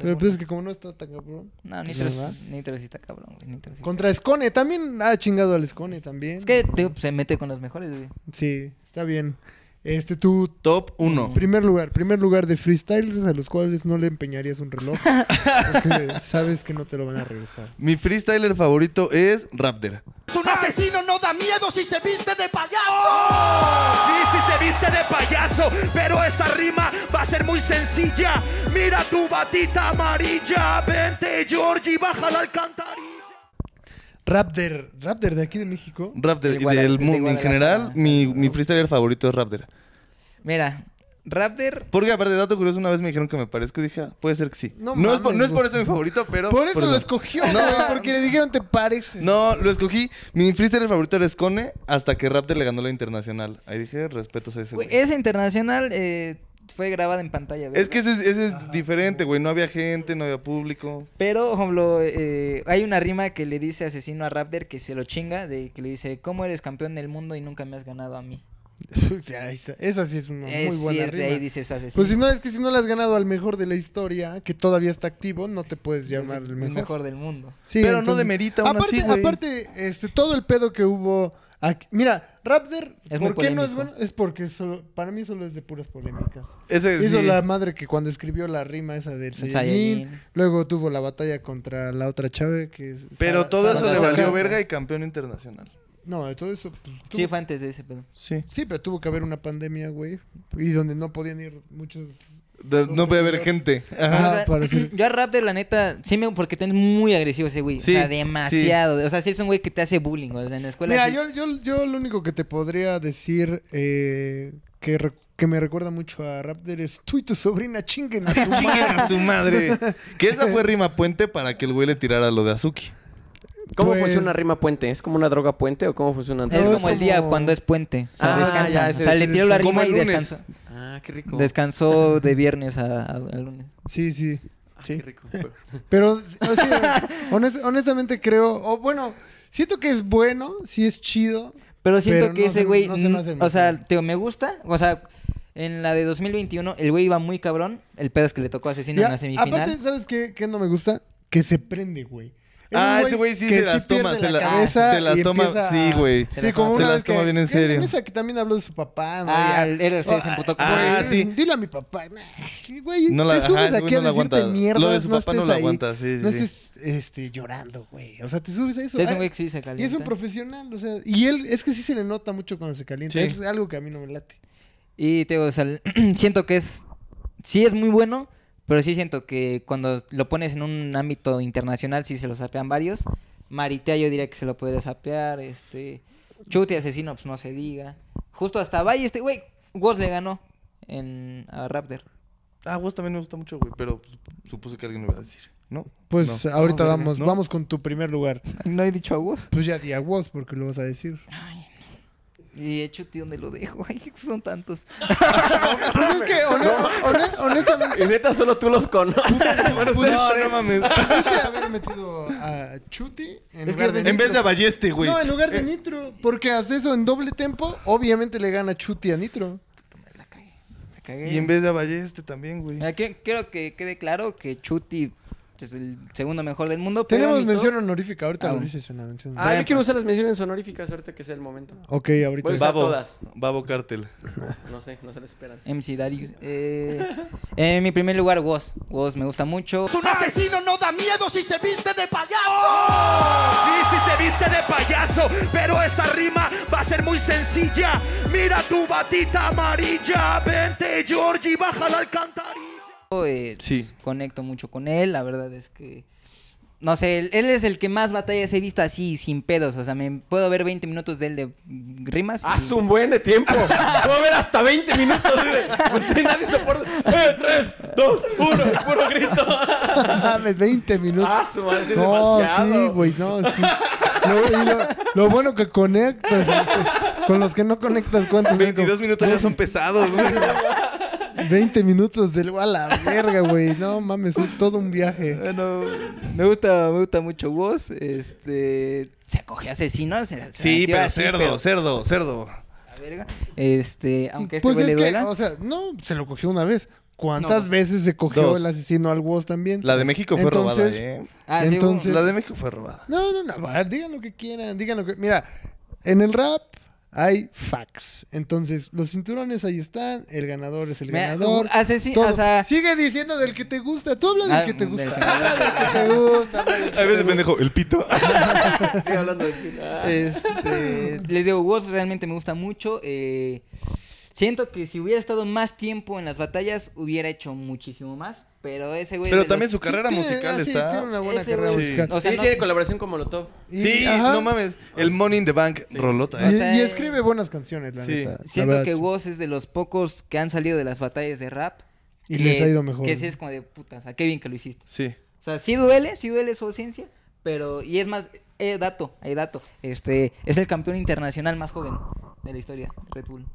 Speaker 1: Pero pues es que como no está tan cabrón.
Speaker 3: No, Nitro,
Speaker 1: ¿Verdad?
Speaker 3: Nitro sí está cabrón, güey. Nitro sí está
Speaker 1: Contra Escone, también ha chingado al Escone también.
Speaker 3: Es que te- pues, se mete con los mejores, güey.
Speaker 1: Sí, está bien. Este, tu
Speaker 2: Top 1.
Speaker 1: primer lugar, primer lugar de freestylers a los cuales no le empeñarías un
Speaker 3: *laughs*
Speaker 1: reloj. porque sabes que no te lo van a regresar.
Speaker 2: Mi freestyler favorito es Raptor.
Speaker 4: Es un asesino, no da miedo si se viste de payaso. Sí, si se viste de payaso, pero esa rima va a ser muy sencilla. Mira tu batita amarilla, vente Georgie, baja la alcantarilla.
Speaker 1: Raptor, Raptor de aquí de México.
Speaker 2: Raptor.
Speaker 3: El
Speaker 2: Y
Speaker 3: Guadal-
Speaker 2: del
Speaker 3: el
Speaker 2: mundo en
Speaker 3: Guadalajara.
Speaker 2: general, mi, mi freestyler favorito es Raptor.
Speaker 3: Mira, Raptor.
Speaker 2: Porque aparte, dato curioso, una vez me dijeron que me parezco y dije, ah, puede ser que sí.
Speaker 1: No
Speaker 2: No, es, por,
Speaker 1: mames,
Speaker 2: no es por
Speaker 1: güey.
Speaker 2: eso mi favorito, pero...
Speaker 1: Por eso lo escogió,
Speaker 2: No,
Speaker 1: güey, *laughs* porque le dijeron te pareces.
Speaker 2: No, lo escogí. Mi freestyler favorito era Scone hasta que Raptor le ganó la internacional. Ahí dije, respetos a ese
Speaker 3: güey,
Speaker 2: güey.
Speaker 3: Esa internacional eh, fue grabada en pantalla, ¿verdad?
Speaker 2: Es que ese, es- ese es diferente, güey. No había gente, no había público.
Speaker 3: Pero, por ejemplo, eh, hay una rima que le dice asesino a Raptor que se lo chinga, de que le dice, ¿cómo eres campeón del mundo y nunca me has ganado a mí?
Speaker 1: *laughs* Sí, ahí está. Esa sí es una
Speaker 3: Es-
Speaker 1: muy buena
Speaker 3: sí, es de
Speaker 1: rima.
Speaker 3: ahí dice ese asesino.
Speaker 1: Pues si no, es que si no le has ganado al mejor de la historia, que todavía está activo, no te
Speaker 2: Pues
Speaker 1: puedes
Speaker 3: Es
Speaker 1: llamar el
Speaker 3: el
Speaker 1: pues mejor.
Speaker 3: mejor del mundo.
Speaker 1: Sí,
Speaker 2: Pero no demerita aún
Speaker 1: aparte,
Speaker 2: así, güey.
Speaker 1: Aparte, este, todo el pedo que hubo aquí- Mira, Raptor,
Speaker 3: Es muy
Speaker 1: ¿por qué no es
Speaker 3: polémico.
Speaker 1: bueno? Es porque solo, para mí solo es de puras polémicas.
Speaker 2: Ese
Speaker 1: Hizo
Speaker 2: sí.
Speaker 1: la madre que cuando escribió la rima esa del
Speaker 3: El
Speaker 1: Saiyajin,
Speaker 3: Saiyajin.
Speaker 1: luego tuvo la batalla contra la otra chave que es...
Speaker 2: Pero
Speaker 1: Sa-
Speaker 2: todo
Speaker 1: Sa-
Speaker 2: eso le
Speaker 1: Sa-
Speaker 2: valió verga y campeón internacional.
Speaker 1: No, todo eso... pues, tuvo-
Speaker 3: Sí, fue antes de ese pedo.
Speaker 2: Sí.
Speaker 1: sí, pero tuvo que haber una pandemia, güey, y donde no podían ir muchos...
Speaker 2: no puede haber gente. Ajá.
Speaker 1: Ah,
Speaker 3: O sea,
Speaker 1: para ser-
Speaker 3: *clears throat* Yo a Raptor, la neta, sí me... Porque es muy agresivo ese güey.
Speaker 2: Sí,
Speaker 3: o sea, demasiado. O sea, sí es un güey que te hace bullying. O sea, en la escuela...
Speaker 1: Mira,
Speaker 3: sí-
Speaker 1: yo, yo, yo lo único que te podría decir eh, que, re- que me recuerda mucho a Raptor es tú y tu sobrina chinguen a
Speaker 3: *laughs*
Speaker 1: su madre".
Speaker 2: *laughs* Chinguen a su madre. Que esa fue rima puente para que el güey le tirara lo de Azuki.
Speaker 5: *laughs* ¿Cómo
Speaker 1: Pues-
Speaker 5: funciona una rima puente? ¿Es como una droga puente o cómo funciona?
Speaker 3: Es
Speaker 1: Todo
Speaker 3: como,
Speaker 1: es
Speaker 3: el día
Speaker 1: como-
Speaker 3: cuando es puente. O sea,
Speaker 5: Ah,
Speaker 3: descansa.
Speaker 5: ya,
Speaker 3: o
Speaker 5: ese-
Speaker 3: sea,
Speaker 5: ese
Speaker 3: le tiró la
Speaker 2: descanso.
Speaker 3: rima
Speaker 2: Como
Speaker 3: y
Speaker 2: el lunes.
Speaker 3: descansó.
Speaker 5: Ah, qué rico.
Speaker 3: Descansó de viernes a, a- a lunes.
Speaker 1: Sí, sí.
Speaker 5: Ah,
Speaker 1: sí.
Speaker 5: Qué rico.
Speaker 1: Pero o
Speaker 3: *laughs*
Speaker 1: sea, honest- honestamente creo, o bueno, siento que es bueno, sí es chido.
Speaker 3: Pero siento
Speaker 1: Pero
Speaker 3: que
Speaker 1: no
Speaker 3: ese
Speaker 1: se-
Speaker 3: güey,
Speaker 1: no se me hace
Speaker 3: mm, o sea,
Speaker 1: mejor.
Speaker 3: te, me gusta, o sea, En la de 2021, el güey iba muy cabrón. El pedo es que le tocó asesino
Speaker 1: Ya,
Speaker 3: en la semifinal.
Speaker 1: Aparte, ¿sabes qué, qué no me gusta? Que se prende, güey. Es
Speaker 2: Ah,
Speaker 1: un
Speaker 2: ese güey sí
Speaker 1: que
Speaker 2: se las toma,
Speaker 1: pierde
Speaker 2: se
Speaker 1: la
Speaker 2: la-
Speaker 1: cabeza
Speaker 2: se las
Speaker 1: y
Speaker 2: toma,
Speaker 1: empieza a-
Speaker 2: sí, güey.
Speaker 1: Sí,
Speaker 3: Se las
Speaker 1: como
Speaker 3: toma.
Speaker 1: una
Speaker 2: Se las
Speaker 1: vez
Speaker 2: toma
Speaker 1: que-
Speaker 2: bien en
Speaker 1: que es la
Speaker 2: serio.
Speaker 1: mesa que también habló de su papá, ¿no?
Speaker 3: Ah,
Speaker 1: Y-
Speaker 3: el héroe se
Speaker 1: Oh,
Speaker 3: desemputó con
Speaker 2: ah,
Speaker 1: güey,
Speaker 2: sí.
Speaker 1: Dile a mi papá. nah, Güey,
Speaker 2: No la-
Speaker 1: te subes
Speaker 2: ajá, ese
Speaker 1: aquí
Speaker 2: güey
Speaker 1: a
Speaker 2: no la
Speaker 1: decirte
Speaker 2: aguanta.
Speaker 1: mierda.
Speaker 2: Lo de su
Speaker 1: no
Speaker 2: papá no
Speaker 1: estés
Speaker 2: lo
Speaker 1: ahí,
Speaker 2: aguanta, sí, sí,
Speaker 1: No
Speaker 2: sí.
Speaker 1: estés este, llorando, güey. O sea, te subes a eso.
Speaker 3: Es
Speaker 1: Ah,
Speaker 3: un güey que sí se
Speaker 1: y
Speaker 3: calienta.
Speaker 1: es un profesional, o sea, y él es que sí se le nota mucho cuando se calienta.
Speaker 2: Sí.
Speaker 1: Es algo que a mí no me late.
Speaker 3: Y te digo, o sea, *clears throat* el- siento que es. Sí es muy bueno, pero sí siento que cuando lo pones en un ámbito internacional, sí se lo sapean varios. Maritea, yo diría que se lo podría sapear. Este. Chute, asesino, pues no se diga. Justo hasta Valle, este güey. Woz le ganó en, a Raptor.
Speaker 2: Ah, vos también me gusta mucho, güey, pero pues, supuse que alguien lo iba a decir, ¿no?
Speaker 1: Pues
Speaker 2: No.
Speaker 1: ahorita
Speaker 2: No, verga,
Speaker 1: vamos,
Speaker 2: ¿no?
Speaker 1: vamos con tu primer lugar.
Speaker 3: No he dicho a Woz.
Speaker 1: Pues ya di a vos porque lo vas a decir.
Speaker 3: Y eh, Chute, ¿dónde lo dejo? *laughs* Ay, son tantos.
Speaker 1: Pues es que hone- hone- honestamente
Speaker 5: Y neta, solo tú
Speaker 1: *laughs*
Speaker 5: los conoces.
Speaker 2: *laughs* No, no mames.
Speaker 1: pudiste haber metido a Chuti en
Speaker 3: Es que
Speaker 1: lugar de
Speaker 2: En vez de a
Speaker 1: Nitro.
Speaker 2: Balleste, güey.
Speaker 1: No, en lugar de Nitro, porque hasta eso en doble tempo obviamente le gana Chuti a Nitro.
Speaker 3: Me cagué.
Speaker 2: Y en vez de a Balleste también, güey.
Speaker 3: Mira, quiero, quiero que quede claro que Chuti es el segundo mejor del mundo. pero
Speaker 1: Tenemos
Speaker 3: ni todo-
Speaker 1: mención honorífica, ahorita
Speaker 3: Ah,
Speaker 1: lo
Speaker 3: bueno.
Speaker 1: dices en la mención.
Speaker 5: Ah, yo quiero usar las menciones honoríficas ahorita que sea el momento.
Speaker 1: Ok, ahorita.
Speaker 5: Voy a usar
Speaker 2: Babo,
Speaker 5: todas.
Speaker 2: Babo Cártel.
Speaker 5: No sé, no se la esperan.
Speaker 3: MC Darius. Eh, en mi primer lugar, Woz. Woz me gusta mucho.
Speaker 4: Es un asesino, no da miedo si se viste de payaso. Sí, si se viste de payaso, pero esa rima va a ser muy sencilla.
Speaker 2: Ah,
Speaker 4: Mira tu batita amarilla, vente Georgie, baja la alcantarilla.
Speaker 3: eh,
Speaker 2: Sí.
Speaker 3: Conecto mucho con él. La verdad es que. No sé, él, él es el que más batallas he visto así, sin pedos. O sea, me puedo ver 20 minutos de él de mm, rimas. y-
Speaker 5: Haz un buen de tiempo. Puedo ver hasta 20 minutos. güey. Pues sí, nadie soporta. Eh, 3, 2, 1, puro grito.
Speaker 1: *laughs* No mames, 20 minutos.
Speaker 5: Ah, su madre, sí es
Speaker 1: No,
Speaker 5: demasiado.
Speaker 1: sí, güey, no, sí. Lo, y lo- lo bueno que conectas. Con los que no conectas, ¿cuántos?
Speaker 2: 22 minutos ya son pesados, güey.
Speaker 1: 20 minutos del a la verga, güey. No mames, es todo un viaje.
Speaker 3: Bueno, me gusta, me gusta mucho Woz. Este. Se acoge a asesinos. se- se
Speaker 2: Sí,
Speaker 3: metió
Speaker 2: pero
Speaker 3: así,
Speaker 2: cerdo,
Speaker 3: pero-
Speaker 2: cerdo, cerdo.
Speaker 3: la verga. Este, aunque a este
Speaker 1: Pues
Speaker 3: güey
Speaker 1: es
Speaker 3: le
Speaker 1: que,
Speaker 3: duela.
Speaker 1: o sea, no, se lo cogió una vez. ¿Cuántas
Speaker 3: No, pues,
Speaker 1: veces se cogió
Speaker 2: dos.
Speaker 1: el asesino al Woz también?
Speaker 2: La de México fue robada,
Speaker 1: Entonces,
Speaker 2: ¿eh?
Speaker 3: Ah, sí,
Speaker 1: entonces-
Speaker 2: La de México fue robada.
Speaker 1: No, no, no. a ver, digan lo que quieran, digan lo que. Mira, en el rap hay facts. Entonces, los cinturones ahí están. El ganador es el
Speaker 3: Mira,
Speaker 1: ganador.
Speaker 3: asesi-
Speaker 1: todo.
Speaker 3: o sea-
Speaker 1: Sigue diciendo del que te gusta. Tú hablas
Speaker 3: Ah,
Speaker 1: del que te
Speaker 3: del
Speaker 1: gusta.
Speaker 3: que me
Speaker 1: Habla del
Speaker 3: *laughs*
Speaker 1: que te gusta. habla del que
Speaker 2: A
Speaker 1: te
Speaker 2: veces
Speaker 1: gusta.
Speaker 2: pendejo,
Speaker 1: *laughs*
Speaker 2: el pito.
Speaker 5: Estoy hablando de. Ah.
Speaker 1: *laughs*
Speaker 3: Este, les digo, Woz realmente me gusta mucho. eh, siento que si hubiera estado más tiempo en las batallas, hubiera hecho muchísimo más. Pero ese güey.
Speaker 2: Pero
Speaker 3: de
Speaker 2: también
Speaker 3: los-
Speaker 2: su carrera
Speaker 1: Tiene-
Speaker 2: musical
Speaker 1: ah, sí,
Speaker 2: está.
Speaker 1: Tiene una buena
Speaker 3: Ese
Speaker 1: carrera
Speaker 3: güey.
Speaker 2: Sí.
Speaker 1: musical.
Speaker 3: O sea,
Speaker 5: sí,
Speaker 3: no-
Speaker 5: tiene colaboración con Molotov.
Speaker 1: Y-
Speaker 2: Sí,
Speaker 1: ajá.
Speaker 2: no mames. El Money in the Bank, rolota,
Speaker 1: Y,
Speaker 2: ¿eh?
Speaker 3: O sea,
Speaker 1: y escribe buenas canciones, la
Speaker 2: sí.
Speaker 1: neta. la
Speaker 3: Siento
Speaker 1: verdad,
Speaker 3: que
Speaker 1: sí.
Speaker 3: Woz es de los pocos que han salido de las batallas de rap.
Speaker 1: Y
Speaker 3: que-
Speaker 1: les ha ido mejor.
Speaker 3: Que sí es como de puta. O sea, qué bien que lo hiciste.
Speaker 2: Sí.
Speaker 3: O sea, sí duele, sí duele su ausencia. Pero, y es más, eh, dato, hay dato. Este, es el campeón internacional más joven de la historia, Red Bull.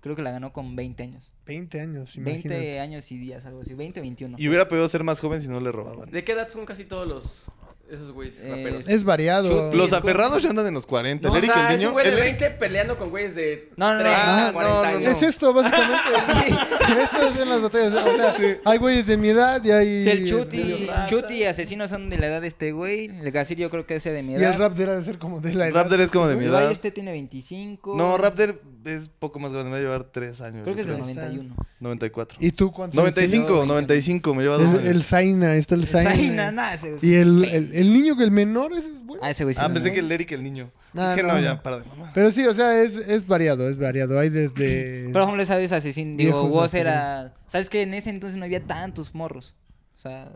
Speaker 3: Creo que la ganó con 20 años.
Speaker 1: 20 años,
Speaker 3: 20
Speaker 1: imagínate.
Speaker 3: años y días, algo así. 20 o 21.
Speaker 2: Y hubiera podido ser más joven si no le robaban.
Speaker 5: ¿De qué edad son casi todos los. esos güeyes
Speaker 3: Eh,
Speaker 5: raperos?
Speaker 1: Es variado.
Speaker 3: Chupi.
Speaker 2: Los aferrados ya andan en los 40.
Speaker 5: No,
Speaker 2: el
Speaker 5: o
Speaker 2: Eric
Speaker 5: sea,
Speaker 2: el
Speaker 5: es
Speaker 2: niño.
Speaker 5: un güey de
Speaker 2: el Eric-
Speaker 5: 20 peleando con güeyes de.
Speaker 3: No, no, no.
Speaker 5: 30,
Speaker 2: Ah, no,
Speaker 5: 40
Speaker 2: no, no.
Speaker 5: años.
Speaker 1: Es esto, básicamente. Esto es en las batallas. O sea, hay güeyes de mi edad y hay.
Speaker 3: Si el Chuti,
Speaker 5: Rata.
Speaker 3: Chuti y Asesino son de la edad de este güey. El Gasir yo creo que ese de mi
Speaker 1: Y
Speaker 3: edad.
Speaker 1: el Raptor ha de ser como de la edad.
Speaker 2: Raptor es como de mi
Speaker 3: El
Speaker 2: edad.
Speaker 3: Valle este tiene 25.
Speaker 2: No, Raptor es poco más grande. Me va a llevar 3 años.
Speaker 3: Creo que
Speaker 2: yo
Speaker 3: es del
Speaker 1: Ahí está.
Speaker 3: 91.
Speaker 2: 94.
Speaker 1: ¿Y tú cuántos? años
Speaker 2: 95, 95. Me lleva 2
Speaker 1: tienes? El, el
Speaker 2: años.
Speaker 1: Zaina, está el
Speaker 3: El Zaina,
Speaker 1: Zaina.
Speaker 3: nah, ese-
Speaker 1: Y el, el, el niño que el menor ese es bueno.
Speaker 3: Ah, ese güey sí.
Speaker 2: Ah,
Speaker 3: no,
Speaker 2: pensé
Speaker 3: ¿no?
Speaker 2: que el Eric el niño.
Speaker 1: No,
Speaker 2: Dije,
Speaker 1: no,
Speaker 2: no,
Speaker 1: no.
Speaker 2: ya, para de mamar.
Speaker 1: Pero sí, o sea, es, es variado, es variado. Hay desde.
Speaker 3: Pero como le sabes Asesino, digo,
Speaker 1: Viejos
Speaker 3: vos era... ¿Sabes que En ese entonces no había tantos morros. O sea...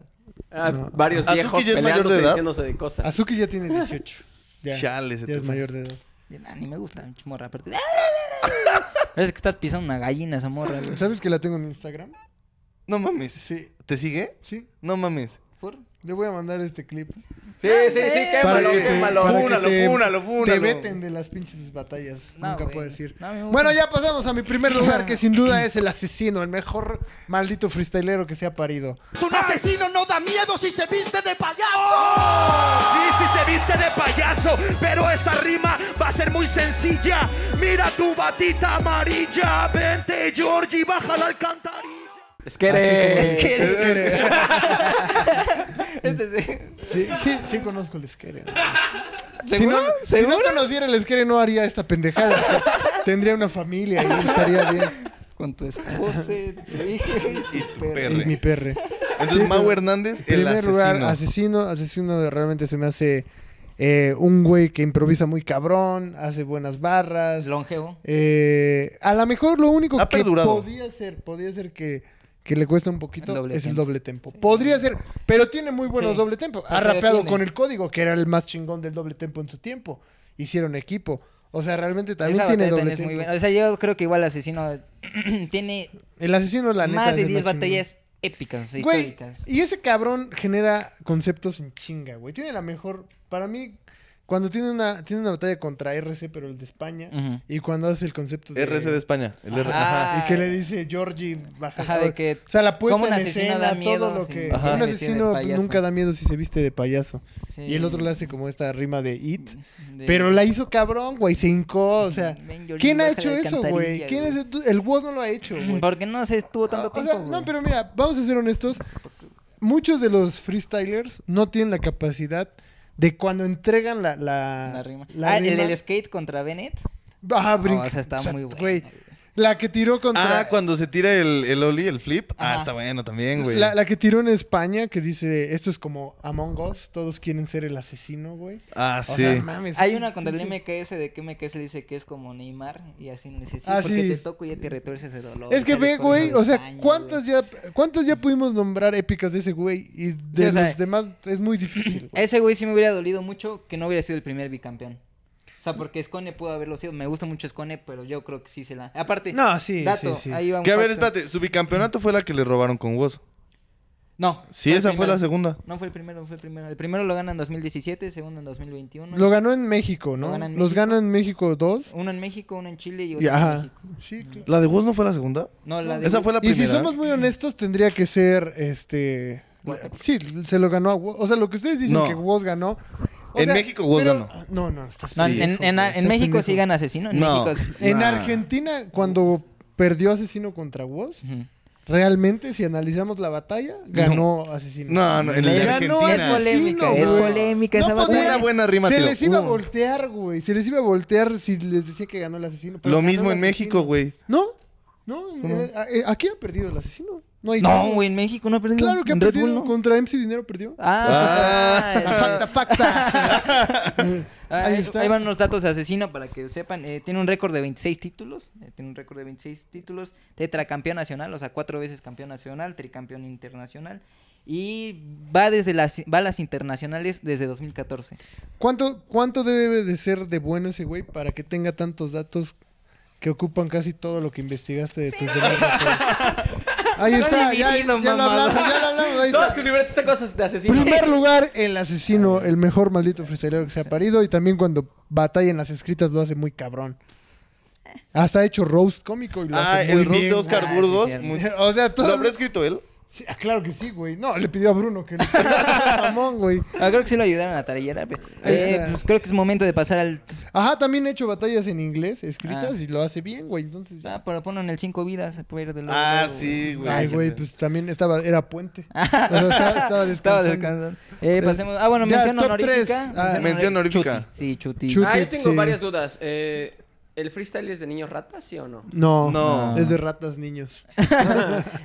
Speaker 5: Ah, Varios
Speaker 2: Azuki
Speaker 5: viejos
Speaker 2: ya es mayor de
Speaker 5: peleándose
Speaker 2: edad.
Speaker 5: diciéndose de cosas.
Speaker 1: Azuki ya tiene 18. Ya,
Speaker 2: Chale, se
Speaker 1: ya
Speaker 2: te
Speaker 1: es
Speaker 2: fue.
Speaker 1: mayor de edad.
Speaker 3: de, "Nah, ni me gusta, mucho morra. Aparte... *laughs* Parece que estás pisando una gallina esa morra, güey.
Speaker 1: ¿Sabes que la tengo en Instagram?
Speaker 2: No mames.
Speaker 1: Sí.
Speaker 2: ¿Te sigue?
Speaker 1: Sí.
Speaker 2: No mames.
Speaker 3: ¿Por?
Speaker 1: Le voy a mandar este clip.
Speaker 5: Sí, sí, sí, quémalo,
Speaker 1: Para que te-
Speaker 5: quémalo.
Speaker 1: para que
Speaker 2: Fúnalo,
Speaker 1: te-
Speaker 2: fúnalo,
Speaker 1: Te
Speaker 2: fúnalo.
Speaker 1: veten de las pinches batallas.
Speaker 3: No,
Speaker 1: Nunca
Speaker 3: güey.
Speaker 1: puedo decir.
Speaker 3: No, a mí me gusta.
Speaker 1: bueno, ya pasamos a mi primer lugar, que sin
Speaker 3: *clears throat*
Speaker 1: duda es el asesino, el mejor maldito freestylero que se ha parido.
Speaker 4: Es un asesino, no da miedo si se viste de payaso. Sí, si se viste de payaso, pero esa rima va a ser muy sencilla. Mira tu batita amarilla, vente Georgie, baja la alcantarilla.
Speaker 5: Es que
Speaker 1: Así
Speaker 5: eres.
Speaker 1: como-
Speaker 3: eres-
Speaker 1: eres-
Speaker 3: Este es-
Speaker 1: Sí, sí, sí conozco el esquere. ¿no? Si
Speaker 3: ¿Seguro?
Speaker 1: no, si
Speaker 3: ¿Seguro?
Speaker 1: no conociera el esquere, no haría esta pendejada. Tendría una familia y estaría bien.
Speaker 3: Con tu
Speaker 1: *laughs*
Speaker 3: esposa, te dije.
Speaker 2: Y tu perre.
Speaker 1: Y mi perre.
Speaker 2: Entonces,
Speaker 1: Sí,
Speaker 2: Mau
Speaker 1: pero-
Speaker 2: Hernández, el
Speaker 1: primer
Speaker 2: asesino.
Speaker 1: lugar, asesino. Asesino realmente se me hace eh, un güey que improvisa muy cabrón, hace buenas barras.
Speaker 3: Longevo.
Speaker 1: Eh, a lo mejor lo único
Speaker 2: Ha
Speaker 1: que
Speaker 2: perdurado.
Speaker 1: podía ser, podía ser que, que le cuesta un poquito
Speaker 3: El doble
Speaker 1: es el
Speaker 3: tempo.
Speaker 1: doble tempo. Podría ser, pero tiene muy buenos
Speaker 3: Sí.
Speaker 1: doble tempo.
Speaker 3: sea,
Speaker 1: Ha
Speaker 3: se
Speaker 1: rapeado
Speaker 3: detiene.
Speaker 1: con el código, que era el más chingón del doble tempo en su tiempo. Hicieron equipo. O sea, realmente también
Speaker 3: Esa
Speaker 1: tiene
Speaker 3: batalla
Speaker 1: doble
Speaker 3: también es muy
Speaker 1: tempo.
Speaker 3: buena. O sea, yo creo que igual Asesino *clears throat* tiene
Speaker 1: El asesino, la neta.
Speaker 3: más de
Speaker 1: es el
Speaker 3: 10
Speaker 1: chingón.
Speaker 3: batallas épicas, o sea,
Speaker 1: Güey,
Speaker 3: históricas.
Speaker 1: y ese cabrón genera conceptos en chinga, güey. Tiene la mejor. Para mí, cuando tiene una, tiene una batalla contra RC, pero el de España.
Speaker 3: Ujú.
Speaker 1: Y cuando hace el concepto de.
Speaker 2: RC de España. El R-
Speaker 3: Ah.
Speaker 1: Y que le dice Georgie baja.
Speaker 3: Ajá, de que-
Speaker 1: o sea, la puesta
Speaker 3: ¿cómo un
Speaker 1: en
Speaker 3: asesino
Speaker 1: escena,
Speaker 3: da
Speaker 1: todo
Speaker 3: miedo
Speaker 1: lo
Speaker 3: si
Speaker 1: que.
Speaker 3: viene
Speaker 2: Ajá.
Speaker 1: Un
Speaker 3: vestido de
Speaker 1: asesino
Speaker 3: payaso?
Speaker 1: nunca da miedo si se viste de payaso.
Speaker 3: Sí.
Speaker 1: Y el otro le hace como esta rima de It.
Speaker 3: De-
Speaker 1: Pero la hizo cabrón, güey. Se hincó. O sea,
Speaker 3: Ven, Georgie,
Speaker 1: ¿quién ha
Speaker 3: baja
Speaker 1: hecho
Speaker 3: la
Speaker 1: eso, güey?
Speaker 3: alcantarilla,
Speaker 1: ¿Quién
Speaker 3: güey.
Speaker 1: es el, el Woz no lo ha hecho, güey. Ah,
Speaker 3: Porque no se estuvo tanto
Speaker 1: O sea,
Speaker 3: tiempo.
Speaker 1: no,
Speaker 3: güey.
Speaker 1: pero mira, vamos a ser honestos. Muchos de los freestylers no tienen la capacidad de cuando entregan la, la,
Speaker 3: La rima.
Speaker 1: la
Speaker 3: ah, el
Speaker 1: rima-
Speaker 3: del skate contra Bennett.
Speaker 1: Ajá,
Speaker 3: No,
Speaker 1: brinca.
Speaker 3: esa está muy buena,
Speaker 1: güey,
Speaker 3: güey.
Speaker 1: La que tiró contra.
Speaker 2: Ah, cuando se tira el, el Oli, el flip. Ah,
Speaker 3: Ajá.
Speaker 2: está bueno también, güey.
Speaker 1: la, la que tiró en España, que dice: Esto es como Among Us, todos quieren ser el asesino, güey.
Speaker 2: Ah,
Speaker 1: O
Speaker 2: sí.
Speaker 1: sea, mames.
Speaker 3: Hay una contra el
Speaker 1: pinche-
Speaker 3: MKS de que MKS le dice que es como Neymar y así no le dice sí,
Speaker 1: Ah,
Speaker 3: porque
Speaker 1: sí.
Speaker 3: te toco y ya te retuerces de dolor.
Speaker 1: Es que
Speaker 3: sales
Speaker 1: ve,
Speaker 3: corriendo
Speaker 1: güey,
Speaker 3: de
Speaker 1: o sea,
Speaker 3: España,
Speaker 1: ¿cuántas
Speaker 3: güey.
Speaker 1: ya, ¿cuántas ya pudimos nombrar épicas de ese güey? Y de
Speaker 3: Sí, o sea,
Speaker 1: los demás es muy difícil.
Speaker 3: A ese güey sí me hubiera dolido mucho que no hubiera sido el primer bicampeón. O sea, porque Scone pudo haberlo sido. Me gusta mucho Scone, pero yo creo que sí se la. Aparte,
Speaker 1: No, sí,
Speaker 3: este dato,
Speaker 1: sí, sí.
Speaker 3: ahí va un
Speaker 2: Que a ver,
Speaker 3: facto.
Speaker 2: espérate, su bicampeonato fue la que le robaron con Woz.
Speaker 3: No.
Speaker 2: Sí,
Speaker 3: el
Speaker 2: esa fue
Speaker 3: primero.
Speaker 2: la segunda.
Speaker 3: No fue el primero, fue el primero. El primero lo gana en 2017, el segundo en 2021.
Speaker 1: Lo ganó en México,
Speaker 3: Lo
Speaker 1: ¿no?
Speaker 3: gana en
Speaker 1: Los
Speaker 3: México.
Speaker 1: ganó en México dos.
Speaker 3: Uno en México, uno en Chile y otro
Speaker 1: Y-
Speaker 3: en
Speaker 1: ajá.
Speaker 3: México.
Speaker 1: Sí, claro.
Speaker 2: ¿La de Woz no fue la segunda?
Speaker 3: No, la de
Speaker 2: Esa fue la
Speaker 1: Y
Speaker 2: primera.
Speaker 1: si somos muy honestos, tendría que ser este. Sí, se lo ganó a Woz. O sea, lo que ustedes dicen
Speaker 2: No.
Speaker 1: que Woz ganó. o
Speaker 2: En
Speaker 1: sea,
Speaker 2: México Woz
Speaker 1: pero-
Speaker 2: ganó.
Speaker 1: No, no, estás
Speaker 3: No,
Speaker 2: Sí,
Speaker 3: en,
Speaker 1: pendejo,
Speaker 3: en- en
Speaker 1: güey, estás
Speaker 3: México
Speaker 1: pendejo.
Speaker 3: sí gana asesino. En
Speaker 2: No.
Speaker 3: México sí.
Speaker 1: En
Speaker 2: Nah.
Speaker 1: Argentina, cuando perdió Asesino contra Woz,
Speaker 3: Ujú.
Speaker 1: realmente, si analizamos la batalla, ganó Asesino.
Speaker 2: No, no, en la de
Speaker 1: Ganó
Speaker 2: Argentina.
Speaker 3: Es polémica,
Speaker 1: Asesino,
Speaker 3: es
Speaker 1: güey.
Speaker 3: polémica esa
Speaker 1: No podía-
Speaker 2: Una
Speaker 3: batalla.
Speaker 2: buena rima, Uh,
Speaker 1: Se
Speaker 2: te lo
Speaker 1: les iba a
Speaker 2: juro.
Speaker 1: voltear, güey. Se les iba a voltear si les decía que ganó el asesino. pero
Speaker 2: Lo
Speaker 1: ganó
Speaker 2: mismo
Speaker 1: el
Speaker 2: en México,
Speaker 1: asesino.
Speaker 2: güey.
Speaker 1: No, no. eh, eh, Aquí ha perdido el asesino. No, hay
Speaker 3: No, güey, en México no ha perdido.
Speaker 1: Claro que ha
Speaker 3: En Red
Speaker 1: perdido.
Speaker 3: Bull no.
Speaker 1: Contra MC Dinero perdió.
Speaker 3: Ah,
Speaker 2: Ah.
Speaker 3: el-
Speaker 1: Facta, facta.
Speaker 3: Ah,
Speaker 1: *laughs* Ahí
Speaker 3: ahí,
Speaker 1: está.
Speaker 3: ahí van los datos de asesino para que sepan. Eh, tiene un récord de 26 títulos. eh, tiene un récord de 26 títulos. Tetracampeón nacional, o sea, cuatro veces campeón nacional, tricampeón internacional. Y va desde las va a las internacionales desde 2014.
Speaker 1: ¿Cuánto, ¿Cuánto debe de ser de bueno ese güey para que tenga tantos datos que ocupan casi todo lo que investigaste de tus demás reportes? Ahí
Speaker 3: Está
Speaker 1: está, ya,
Speaker 3: dividido,
Speaker 1: ya lo
Speaker 3: mamada.
Speaker 1: hablamos, ya lo hablamos, ahí
Speaker 5: Todo
Speaker 1: está.
Speaker 5: su libreta está cosas de asesino.
Speaker 1: Primer lugar, el asesino, el mejor maldito freestylero que se ha parido. Y también cuando batalla en las escritas lo hace muy cabrón. Hasta ha hecho roast cómico y lo
Speaker 2: Ah,
Speaker 1: hace muy
Speaker 2: el
Speaker 1: roast.
Speaker 2: beat de Oscar
Speaker 3: Ah, sí,
Speaker 2: Burgos.
Speaker 3: cierto.
Speaker 2: muy-
Speaker 1: *laughs* O sea,
Speaker 2: ¿Lo
Speaker 1: todo.
Speaker 2: habrá escrito él?
Speaker 1: *laughs* Sí, ah, claro que sí, güey. No, le pidió a Bruno que le *laughs* Ramón, güey.
Speaker 3: Ah, creo que sí lo ayudaron a tarillar.
Speaker 1: Ahí está.
Speaker 3: pues creo que es momento de pasar al.
Speaker 1: Ajá, también he hecho batallas en inglés, escritas,
Speaker 3: Ah.
Speaker 1: y lo hace bien, güey. Entonces.
Speaker 3: Ah, pero ponen el 5 vidas. se puede ir de luego,
Speaker 2: Ah,
Speaker 3: luego.
Speaker 2: sí, güey.
Speaker 1: Ay, güey, pues también estaba, era puente. O sea, estaba, estaba
Speaker 3: Estaba
Speaker 1: descansando.
Speaker 3: descansando. Eh, pasemos. Ah, bueno,
Speaker 1: Ya,
Speaker 3: mención
Speaker 1: top
Speaker 3: honorífica.
Speaker 1: tres. Ah,
Speaker 2: mención honorífica.
Speaker 3: Chuti. Sí, Chuti.
Speaker 1: Chuti.
Speaker 5: Ah, yo tengo
Speaker 1: Sí.
Speaker 5: varias dudas. Eh, ¿El freestyle es de niños ratas, sí o no?
Speaker 1: No,
Speaker 2: No.
Speaker 1: es de ratas niños.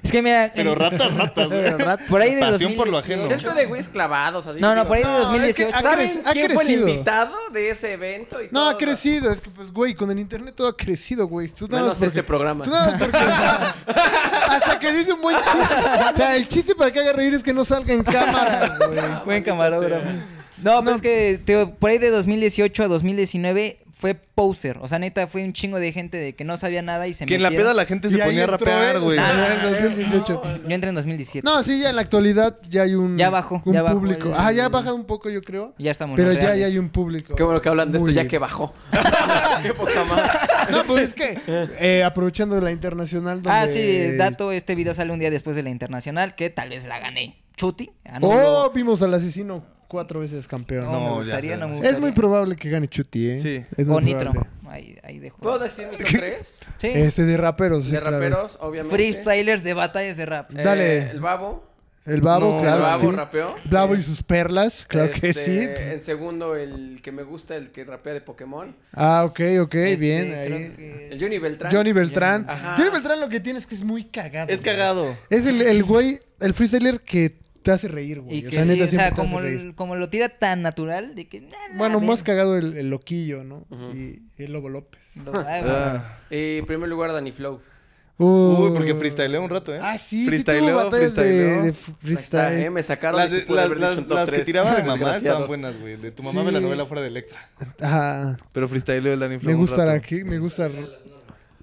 Speaker 3: Es que mira.
Speaker 2: Pero
Speaker 3: en-
Speaker 2: ratas,
Speaker 1: *laughs*
Speaker 2: ratas, güey.
Speaker 3: Pero rat- Por ahí de
Speaker 2: Pasión por lo
Speaker 3: 2018.
Speaker 2: ajeno.
Speaker 5: Si es que de güeyes clavados, así.
Speaker 3: No, no,
Speaker 5: digo,
Speaker 3: por ahí de
Speaker 1: No, es que
Speaker 3: 2018.
Speaker 1: ha
Speaker 5: ¿Saben
Speaker 1: crec- ha
Speaker 5: quién fue el
Speaker 1: crecido.
Speaker 5: invitado de ese evento? Y
Speaker 1: No,
Speaker 5: todo?
Speaker 1: ha crecido. Es que, pues, güey, con el internet todo ha crecido, güey. Tú nada
Speaker 5: Menos
Speaker 1: más porque-
Speaker 5: este programa.
Speaker 1: Tú nada más porque... Hasta que dice un buen chiste. O sea, el chiste para que haga reír es que no salga en cámara, güey.
Speaker 5: Ah,
Speaker 3: Buen
Speaker 5: maldita
Speaker 3: camarógrafo.
Speaker 5: sea.
Speaker 3: No, pero es que te digo, por ahí de 2018 a 2019 fue poser. O sea, neta, fue un chingo de gente de que no sabía nada y se
Speaker 2: Que en la
Speaker 3: metieron.
Speaker 2: peda la gente se
Speaker 1: Y ahí
Speaker 2: ponía a
Speaker 1: entró
Speaker 2: rapear,
Speaker 1: él.
Speaker 2: güey.
Speaker 1: Ah,
Speaker 2: Ajá.
Speaker 1: en 2018.
Speaker 3: Yo entré en 2007.
Speaker 1: No, sí, ya en la actualidad ya hay un,
Speaker 3: Ya bajó,
Speaker 1: un
Speaker 3: ya bajó
Speaker 1: público.
Speaker 3: el-
Speaker 1: Ah, ya baja un poco, yo creo.
Speaker 3: Ya estamos
Speaker 1: Pero
Speaker 3: los
Speaker 1: ya, ya
Speaker 3: reales.
Speaker 1: hay un público.
Speaker 5: Qué bueno que hablan de esto
Speaker 1: Muy
Speaker 5: ya
Speaker 1: bien.
Speaker 5: que bajó. *laughs* Qué poca madre.
Speaker 1: *laughs* No, pues es que eh, aprovechando la internacional. Donde...
Speaker 3: Ah, sí, dato, este video sale un día después de la internacional, que tal vez la gané. Chuti. Ah, no,
Speaker 1: Oh,
Speaker 3: no.
Speaker 1: vimos al asesino cuatro veces campeón.
Speaker 3: No,
Speaker 2: No,
Speaker 3: me
Speaker 2: ya
Speaker 3: gustaría,
Speaker 2: sé,
Speaker 3: no me
Speaker 2: no
Speaker 1: es
Speaker 3: gustaría.
Speaker 1: muy probable que gane Chuti, ¿eh?
Speaker 2: Sí.
Speaker 1: Es muy
Speaker 3: O Nitro.
Speaker 1: probable.
Speaker 3: Ahí, ahí dejo.
Speaker 5: ¿Puedo decir
Speaker 1: *laughs*
Speaker 5: mis tres?
Speaker 3: Sí.
Speaker 1: Este de raperos, sí,
Speaker 5: De
Speaker 1: claro.
Speaker 5: raperos, obviamente.
Speaker 3: Freestylers de batallas de rap.
Speaker 5: Eh,
Speaker 1: Dale.
Speaker 5: el babo.
Speaker 1: El babo,
Speaker 2: No,
Speaker 1: claro.
Speaker 5: el babo
Speaker 1: sí.
Speaker 5: rapeó.
Speaker 1: Babo y sus perlas, claro que
Speaker 5: Este,
Speaker 1: sí.
Speaker 5: En segundo, el que me gusta, el que rapea de Pokémon.
Speaker 1: Ah, ok, ok,
Speaker 3: Este,
Speaker 1: bien.
Speaker 3: creo
Speaker 1: ahí.
Speaker 3: que
Speaker 5: El Johnny Beltrán.
Speaker 1: Johnny Beltrán.
Speaker 5: Ajá.
Speaker 1: Johnny Beltrán lo que tiene es que es muy cagado.
Speaker 2: Es
Speaker 1: güey.
Speaker 2: cagado.
Speaker 1: Es el, el güey, el freestyler que te hace reír, güey.
Speaker 3: Y que
Speaker 1: o sea,
Speaker 3: sí,
Speaker 1: neta,
Speaker 3: o sea,
Speaker 1: siempre te hace
Speaker 3: como,
Speaker 1: reír.
Speaker 3: el- como lo tira tan natural de que... "Nah, nah,
Speaker 1: Bueno,
Speaker 3: ven".
Speaker 1: más cagado el, el loquillo, ¿no? Y el Lobo López.
Speaker 3: Lo- ay, güey.
Speaker 2: Ah.
Speaker 5: Y en primer lugar, Danny Flow.
Speaker 2: Uy, porque freestyleó un rato, ¿eh?
Speaker 1: Ah, sí, sí tuvo
Speaker 2: Freestyleó,
Speaker 1: batallas de,
Speaker 2: freestyleó.
Speaker 1: de
Speaker 5: Ahí está, eh,
Speaker 1: freestyle.
Speaker 5: me sacaron
Speaker 2: Las,
Speaker 5: y
Speaker 2: de-
Speaker 5: se pudo
Speaker 2: las-
Speaker 5: haber
Speaker 2: las-
Speaker 5: dicho un top
Speaker 2: las que
Speaker 5: tres. *laughs*
Speaker 2: tiraba de mamá estaban
Speaker 5: Desgraciados.
Speaker 2: buenas, güey. De tu mamá me la
Speaker 1: Sí.
Speaker 2: novela fuera de Electra.
Speaker 1: Ajá.
Speaker 2: Pero freestyleó el Danny Flow.
Speaker 1: Me
Speaker 2: un
Speaker 1: gusta
Speaker 2: rato.
Speaker 1: aquí, me gusta...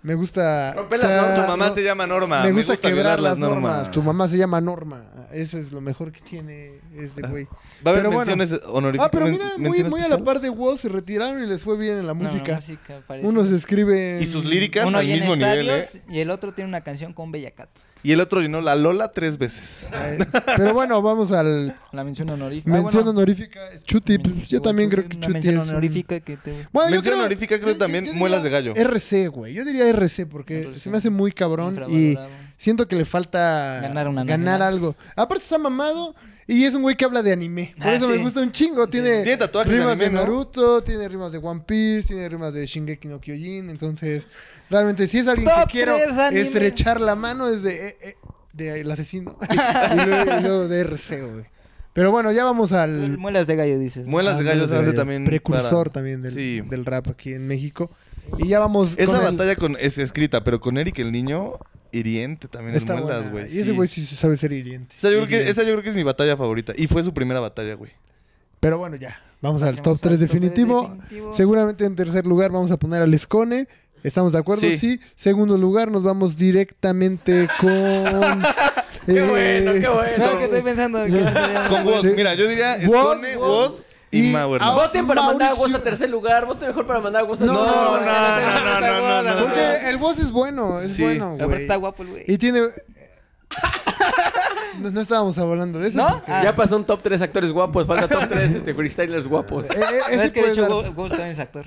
Speaker 1: Me gusta...
Speaker 5: Rompe las
Speaker 1: tra-
Speaker 5: normas,
Speaker 2: Tu mamá
Speaker 1: no,
Speaker 2: se llama Norma.
Speaker 1: Me gusta,
Speaker 2: violar
Speaker 1: quebrar las normas. Tu mamá se llama Norma. Eso es lo mejor que tiene este güey.
Speaker 2: Ah. Va a haber
Speaker 1: Pero bueno.
Speaker 2: menciones honoríficas.
Speaker 1: Ah, pero
Speaker 2: men-
Speaker 1: mira, muy,
Speaker 2: mención
Speaker 1: muy a
Speaker 2: especial.
Speaker 1: la par de WoW se retiraron y les fue bien en la
Speaker 3: No, no,
Speaker 1: música.
Speaker 3: música parece-
Speaker 1: Uno se escribe...
Speaker 2: Y sus líricas
Speaker 3: Uno
Speaker 2: al
Speaker 3: llena
Speaker 2: mismo nivel, ¿eh?
Speaker 3: estadios Y el otro tiene una canción con Bella Cat.
Speaker 2: Y el otro llenó la Lola tres veces.
Speaker 1: Ay, Pero bueno, vamos al...
Speaker 3: La mención honorífica. Ah,
Speaker 1: Mención honorífica. Chuti, pues, yo también creo que
Speaker 3: Una
Speaker 1: Chuti
Speaker 3: mención
Speaker 1: es un-
Speaker 3: honorífica que te...
Speaker 1: Bueno, yo
Speaker 2: Mención honorífica creo también
Speaker 1: diría
Speaker 2: muelas de gallo.
Speaker 1: RC, güey. Yo diría RC porque
Speaker 3: RC.
Speaker 1: se me hace muy cabrón y
Speaker 3: Infravalorado.
Speaker 1: siento que le falta
Speaker 3: Ganar una
Speaker 1: ganar
Speaker 3: nacional.
Speaker 1: algo. Aparte está mamado y es un güey que habla de anime. Por
Speaker 3: Ah,
Speaker 1: eso
Speaker 3: sí.
Speaker 1: me gusta un chingo. Tiene,
Speaker 2: Tiene tatuajes de
Speaker 1: rimas de,
Speaker 2: anime, ¿no?
Speaker 1: Naruto, tiene rimas de One Piece, tiene rimas de Shingeki no Kyojin. Entonces, realmente, si es alguien
Speaker 3: Top
Speaker 1: que quiero
Speaker 3: tres anime.
Speaker 1: estrechar la mano, es de, eh, eh, de El
Speaker 3: *laughs*
Speaker 1: Asesino. y, luego, y luego de RC, güey. Pero bueno, ya vamos al...
Speaker 3: El Muelas de gallo, dices.
Speaker 2: Muelas
Speaker 5: ah,
Speaker 2: de gallo se hace
Speaker 1: Ah, Gallo,
Speaker 2: también.
Speaker 1: Precursor
Speaker 2: para-
Speaker 1: también del,
Speaker 2: Sí.
Speaker 1: del rap aquí en México. Y ya vamos.
Speaker 2: Esa
Speaker 1: con el-
Speaker 2: batalla con, es escrita, pero con Eric el niño, hiriente también
Speaker 1: está
Speaker 2: es muelas,
Speaker 1: buena.
Speaker 2: güey.
Speaker 1: Y ese
Speaker 2: sí.
Speaker 1: güey sí se sabe ser hiriente.
Speaker 2: O sea, yo creo que- esa yo creo que es mi batalla favorita. Y fue su primera batalla, güey.
Speaker 1: Pero bueno, ya. Vamos al
Speaker 3: Pasemos
Speaker 1: top 3
Speaker 3: al top tres
Speaker 1: definitivo.
Speaker 3: definitivo.
Speaker 1: Seguramente en tercer lugar vamos a poner al Escone. ¿Estamos de acuerdo? Sí.
Speaker 2: Sí.
Speaker 1: Segundo lugar nos vamos directamente
Speaker 2: *laughs*
Speaker 1: con. eh,
Speaker 5: Qué bueno, qué bueno.
Speaker 3: No, que estoy pensando que no sería-
Speaker 1: *laughs*
Speaker 2: Con Woz.
Speaker 1: Sí.
Speaker 2: Mira, yo diría
Speaker 1: Woz,
Speaker 2: Escone,
Speaker 1: Woz
Speaker 2: Woz y,
Speaker 1: y
Speaker 2: Mauer.
Speaker 1: Ahora-
Speaker 5: Voten para mandar a Woz
Speaker 1: Mauricio.
Speaker 5: a tercer lugar. Voten mejor para mandar a Woz a
Speaker 1: No,
Speaker 5: tercer
Speaker 1: no,
Speaker 5: lugar.
Speaker 2: no, no, no, no, no, no.
Speaker 1: Porque el voz es bueno, es
Speaker 2: Sí.
Speaker 1: bueno,
Speaker 3: Pero
Speaker 1: güey.
Speaker 3: está guapo el güey.
Speaker 1: Y tiene. *laughs* no, no estábamos hablando de eso.
Speaker 3: ¿No?
Speaker 1: porque-
Speaker 3: Ah,
Speaker 5: Ya pasó un top 3 actores guapos. Falta
Speaker 1: *laughs*
Speaker 5: top 3 este, freestylers guapos.
Speaker 1: Eh, eh,
Speaker 3: no,
Speaker 1: ese
Speaker 3: es que de
Speaker 1: puede
Speaker 3: hecho
Speaker 1: dar-
Speaker 3: Wo- Woz también es actor.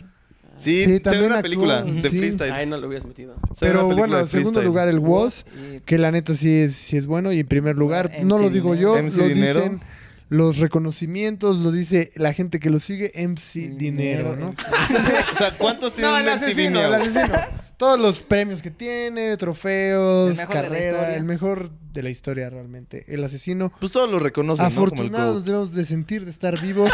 Speaker 2: Sí,
Speaker 1: Sí,
Speaker 2: se ve
Speaker 1: también
Speaker 2: una
Speaker 1: actuó,
Speaker 2: película de
Speaker 1: sí.
Speaker 2: freestyle.
Speaker 5: Ay, no lo hubieras metido.
Speaker 2: Se ve una
Speaker 1: Pero
Speaker 2: película
Speaker 1: bueno,
Speaker 2: de
Speaker 1: en segundo
Speaker 2: freestyle.
Speaker 1: lugar el Woz,
Speaker 3: Y-
Speaker 1: que la neta sí es, sí es bueno. Y en primer lugar,
Speaker 3: MC
Speaker 1: no lo digo yo,
Speaker 2: Dinero. MC
Speaker 1: lo
Speaker 2: Dinero.
Speaker 1: dicen los reconocimientos, lo dice la gente que lo sigue, MC Dinero,
Speaker 3: Dinero,
Speaker 1: ¿no? *laughs*
Speaker 2: O sea, ¿cuántos tienen
Speaker 1: no, el
Speaker 2: un MTV
Speaker 1: asesino,
Speaker 2: Neo?
Speaker 1: el asesino. Todos los premios que tiene,
Speaker 3: El
Speaker 1: trofeos,
Speaker 3: mejor de la
Speaker 1: carrera,
Speaker 3: historia.
Speaker 1: el mejor de la historia realmente. El asesino.
Speaker 2: Pues todos lo reconocen, ¿no? Como el
Speaker 1: Afortunados
Speaker 2: coach.
Speaker 1: debemos de sentir de estar vivos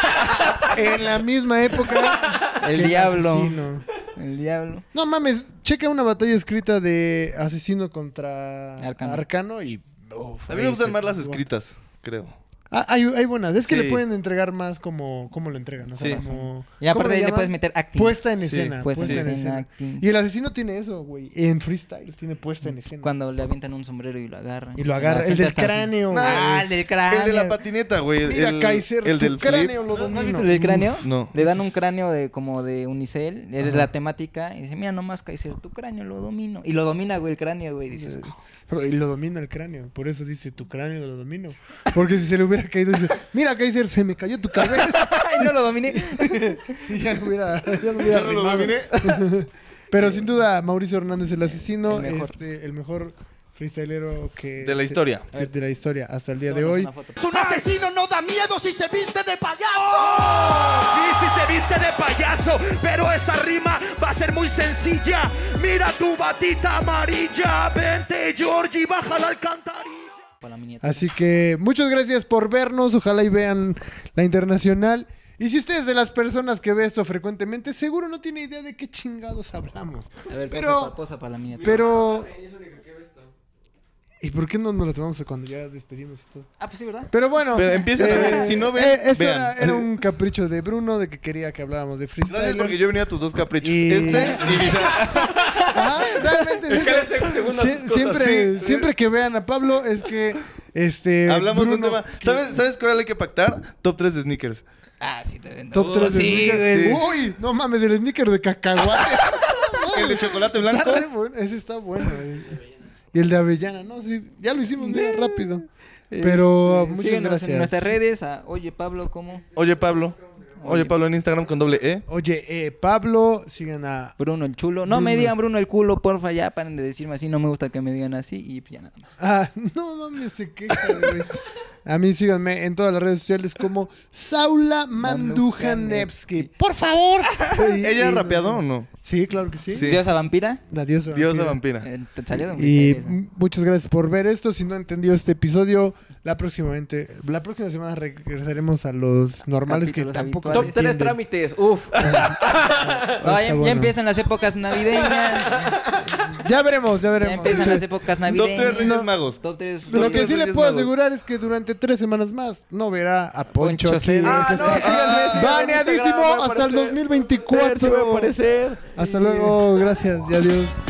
Speaker 1: en la misma época.
Speaker 3: *laughs* El
Speaker 1: que
Speaker 3: diablo.
Speaker 1: asesino.
Speaker 3: El diablo.
Speaker 1: No mames, checa una batalla escrita de asesino contra Arcano,
Speaker 3: Arcano.
Speaker 1: y. uf,
Speaker 2: A mí
Speaker 1: ahí
Speaker 2: me gustan
Speaker 1: se-
Speaker 2: más las escritas, creo.
Speaker 1: Ah, hay, hay buenas, es que
Speaker 2: Sí.
Speaker 1: le pueden entregar más como, como lo entregan. O sea,
Speaker 2: Sí.
Speaker 1: como-
Speaker 3: Y
Speaker 1: ¿cómo
Speaker 3: aparte
Speaker 1: le
Speaker 3: le,
Speaker 1: llaman?
Speaker 3: puedes meter acting.
Speaker 1: Puesta en
Speaker 2: Sí,
Speaker 1: escena.
Speaker 3: puesta
Speaker 1: puesta
Speaker 2: en
Speaker 1: en
Speaker 3: escena,
Speaker 1: escena.
Speaker 3: acting.
Speaker 1: Y el asesino tiene eso, güey. En freestyle tiene puesta en escena.
Speaker 3: Cuando le avientan un sombrero y lo agarran.
Speaker 1: Y lo
Speaker 3: O sea,
Speaker 1: agarra.
Speaker 3: la
Speaker 1: El
Speaker 3: gente
Speaker 1: del
Speaker 3: hasta así.
Speaker 1: cráneo. güey.
Speaker 3: Ah, el del cráneo.
Speaker 2: El de la patineta, güey. El,
Speaker 1: Mira,
Speaker 2: el,
Speaker 1: Kaiser,
Speaker 2: el
Speaker 1: tu
Speaker 2: del flip.
Speaker 1: cráneo lo
Speaker 3: ¿No, no
Speaker 1: domino.
Speaker 3: has visto el del cráneo?
Speaker 2: Uf, no.
Speaker 3: Le dan un cráneo de como de unicel, es la temática, y dice, mira nomás Kaiser, tu cráneo lo domino. Y lo domina, güey, el cráneo, güey. y Dices,
Speaker 1: Pero- Y lo domina el cráneo. Por eso dice, tu cráneo lo domino. Porque si se le hubiera caído, dice, mira, Kaiser, se me cayó tu cabeza.
Speaker 3: *laughs* ay, no lo dominé. *laughs*
Speaker 1: Y *laughs* ya no hubiera, ya no hubiera
Speaker 2: Yo no lo
Speaker 1: rimado.
Speaker 2: dominé.
Speaker 1: Pero sin duda, Mauricio Hernández, el asesino,
Speaker 3: El
Speaker 1: el mejor,
Speaker 3: mejor.
Speaker 1: este, el mejor freestylero que...
Speaker 2: De la historia.
Speaker 1: que- de la historia hasta el día de
Speaker 3: Tómanos
Speaker 1: hoy.
Speaker 3: una foto.
Speaker 4: Un asesino no da miedo si se viste de payaso. Sí, si se viste de payaso, pero esa rima va a ser muy sencilla. Mira tu batita amarilla, vente Georgie, baja la alcantarilla.
Speaker 3: Para la miniatura.
Speaker 1: Así que muchas gracias por vernos. Ojalá y vean la internacional. Y si usted es de las personas que ve esto frecuentemente, seguro no tiene idea de qué chingados hablamos.
Speaker 3: A ver,
Speaker 1: pero,
Speaker 3: posa, posa para la miniatura.
Speaker 1: pero, ¿Y por qué no nos la tomamos cuando ya despedimos y todo?
Speaker 3: Ah, pues sí, ¿verdad?
Speaker 1: Pero bueno. eh,
Speaker 2: Pero empiecen a ver, si no ven,
Speaker 1: esto
Speaker 2: vean.
Speaker 1: Era, era un capricho de Bruno de que quería que habláramos de
Speaker 2: Gracias
Speaker 1: freestyle.
Speaker 2: porque yo venía a tus dos caprichos.
Speaker 1: Y-
Speaker 2: Este y
Speaker 1: Ah, realmente.
Speaker 5: Es que
Speaker 1: eso-
Speaker 5: le hace segundo a
Speaker 1: Sie-
Speaker 5: sus cosas.
Speaker 1: siempre,
Speaker 2: Sí.
Speaker 1: siempre que vean a Pablo es que este
Speaker 2: Hablamos de un
Speaker 1: Bruno-
Speaker 2: tema. ¿Sabes, ¿Sabes cuál hay que pactar? Top 3 de sneakers.
Speaker 3: Ah, sí, te vendo.
Speaker 1: Top 3
Speaker 3: sí,
Speaker 1: de
Speaker 3: güey.
Speaker 1: sneaker. Uy, no mames, el sneaker de
Speaker 2: *laughs*
Speaker 1: cacahuate.
Speaker 2: El de chocolate
Speaker 1: Está
Speaker 2: blanco.
Speaker 1: re bueno, Ese está bueno. eh. Y el de avellana, no, sí, ya lo hicimos mira, rápido.
Speaker 2: Eh,
Speaker 1: Pero
Speaker 3: Este,
Speaker 1: Oh, muchas
Speaker 3: síguenos
Speaker 1: gracias.
Speaker 3: en nuestras redes. a Oye, Pablo, ¿cómo?
Speaker 2: Oye, Pablo. Oye, Pablo en Instagram con doble E.
Speaker 1: Oye, eh, Pablo, sigan a
Speaker 3: Bruno el chulo. No me
Speaker 1: Bruno.
Speaker 3: digan Bruno el culo, porfa, ya paren de decirme así. No me gusta que me digan así y pues ya nada más.
Speaker 1: Ah, no mames, se queja, güey. A mí síganme en todas las redes sociales como Saula Mandujanevsky. Por favor. Y-
Speaker 2: *laughs* ¿Ella ha
Speaker 1: y-
Speaker 2: rapeado o no?
Speaker 1: Sí, claro que sí.
Speaker 2: Sí.
Speaker 3: ¿Diosa vampira?
Speaker 1: La diosa.
Speaker 2: Diosa
Speaker 1: vampira.
Speaker 2: vampira.
Speaker 3: Eh, te salió de un
Speaker 1: Y mm,
Speaker 3: misterio,
Speaker 1: m- muchas gracias por ver esto. Si no entendió este episodio, la próximamente, la próxima semana regresaremos a los normales
Speaker 3: Capítulos
Speaker 1: que tampoco
Speaker 5: Top
Speaker 1: se
Speaker 5: 3
Speaker 1: entienden.
Speaker 5: trámites. Uf.
Speaker 3: eso.
Speaker 1: Ah,
Speaker 3: Ah,
Speaker 1: está
Speaker 3: ya,
Speaker 1: bueno.
Speaker 3: ya empiezan las épocas navideñas.
Speaker 1: Ya veremos, ya
Speaker 3: ya
Speaker 1: veremos.
Speaker 3: empiezan las
Speaker 1: Sí.
Speaker 3: épocas
Speaker 2: Top
Speaker 3: navideñas.
Speaker 2: 3 Reyes Magos.
Speaker 3: Top 3.
Speaker 1: Lo que sí le
Speaker 2: Reyes
Speaker 1: puedo
Speaker 2: Magos.
Speaker 1: asegurar es que durante tres semanas más no verá a Poncho.
Speaker 3: Poncho
Speaker 1: aquí.
Speaker 3: Celis.
Speaker 5: Ah, no,
Speaker 1: Este-
Speaker 5: síganme, síganme en
Speaker 1: Baneadísimo
Speaker 5: Instagram, me
Speaker 1: hasta el
Speaker 5: parece. Sí, sí, me
Speaker 1: 2024.
Speaker 5: parece.
Speaker 1: Hasta luego, gracias y adiós.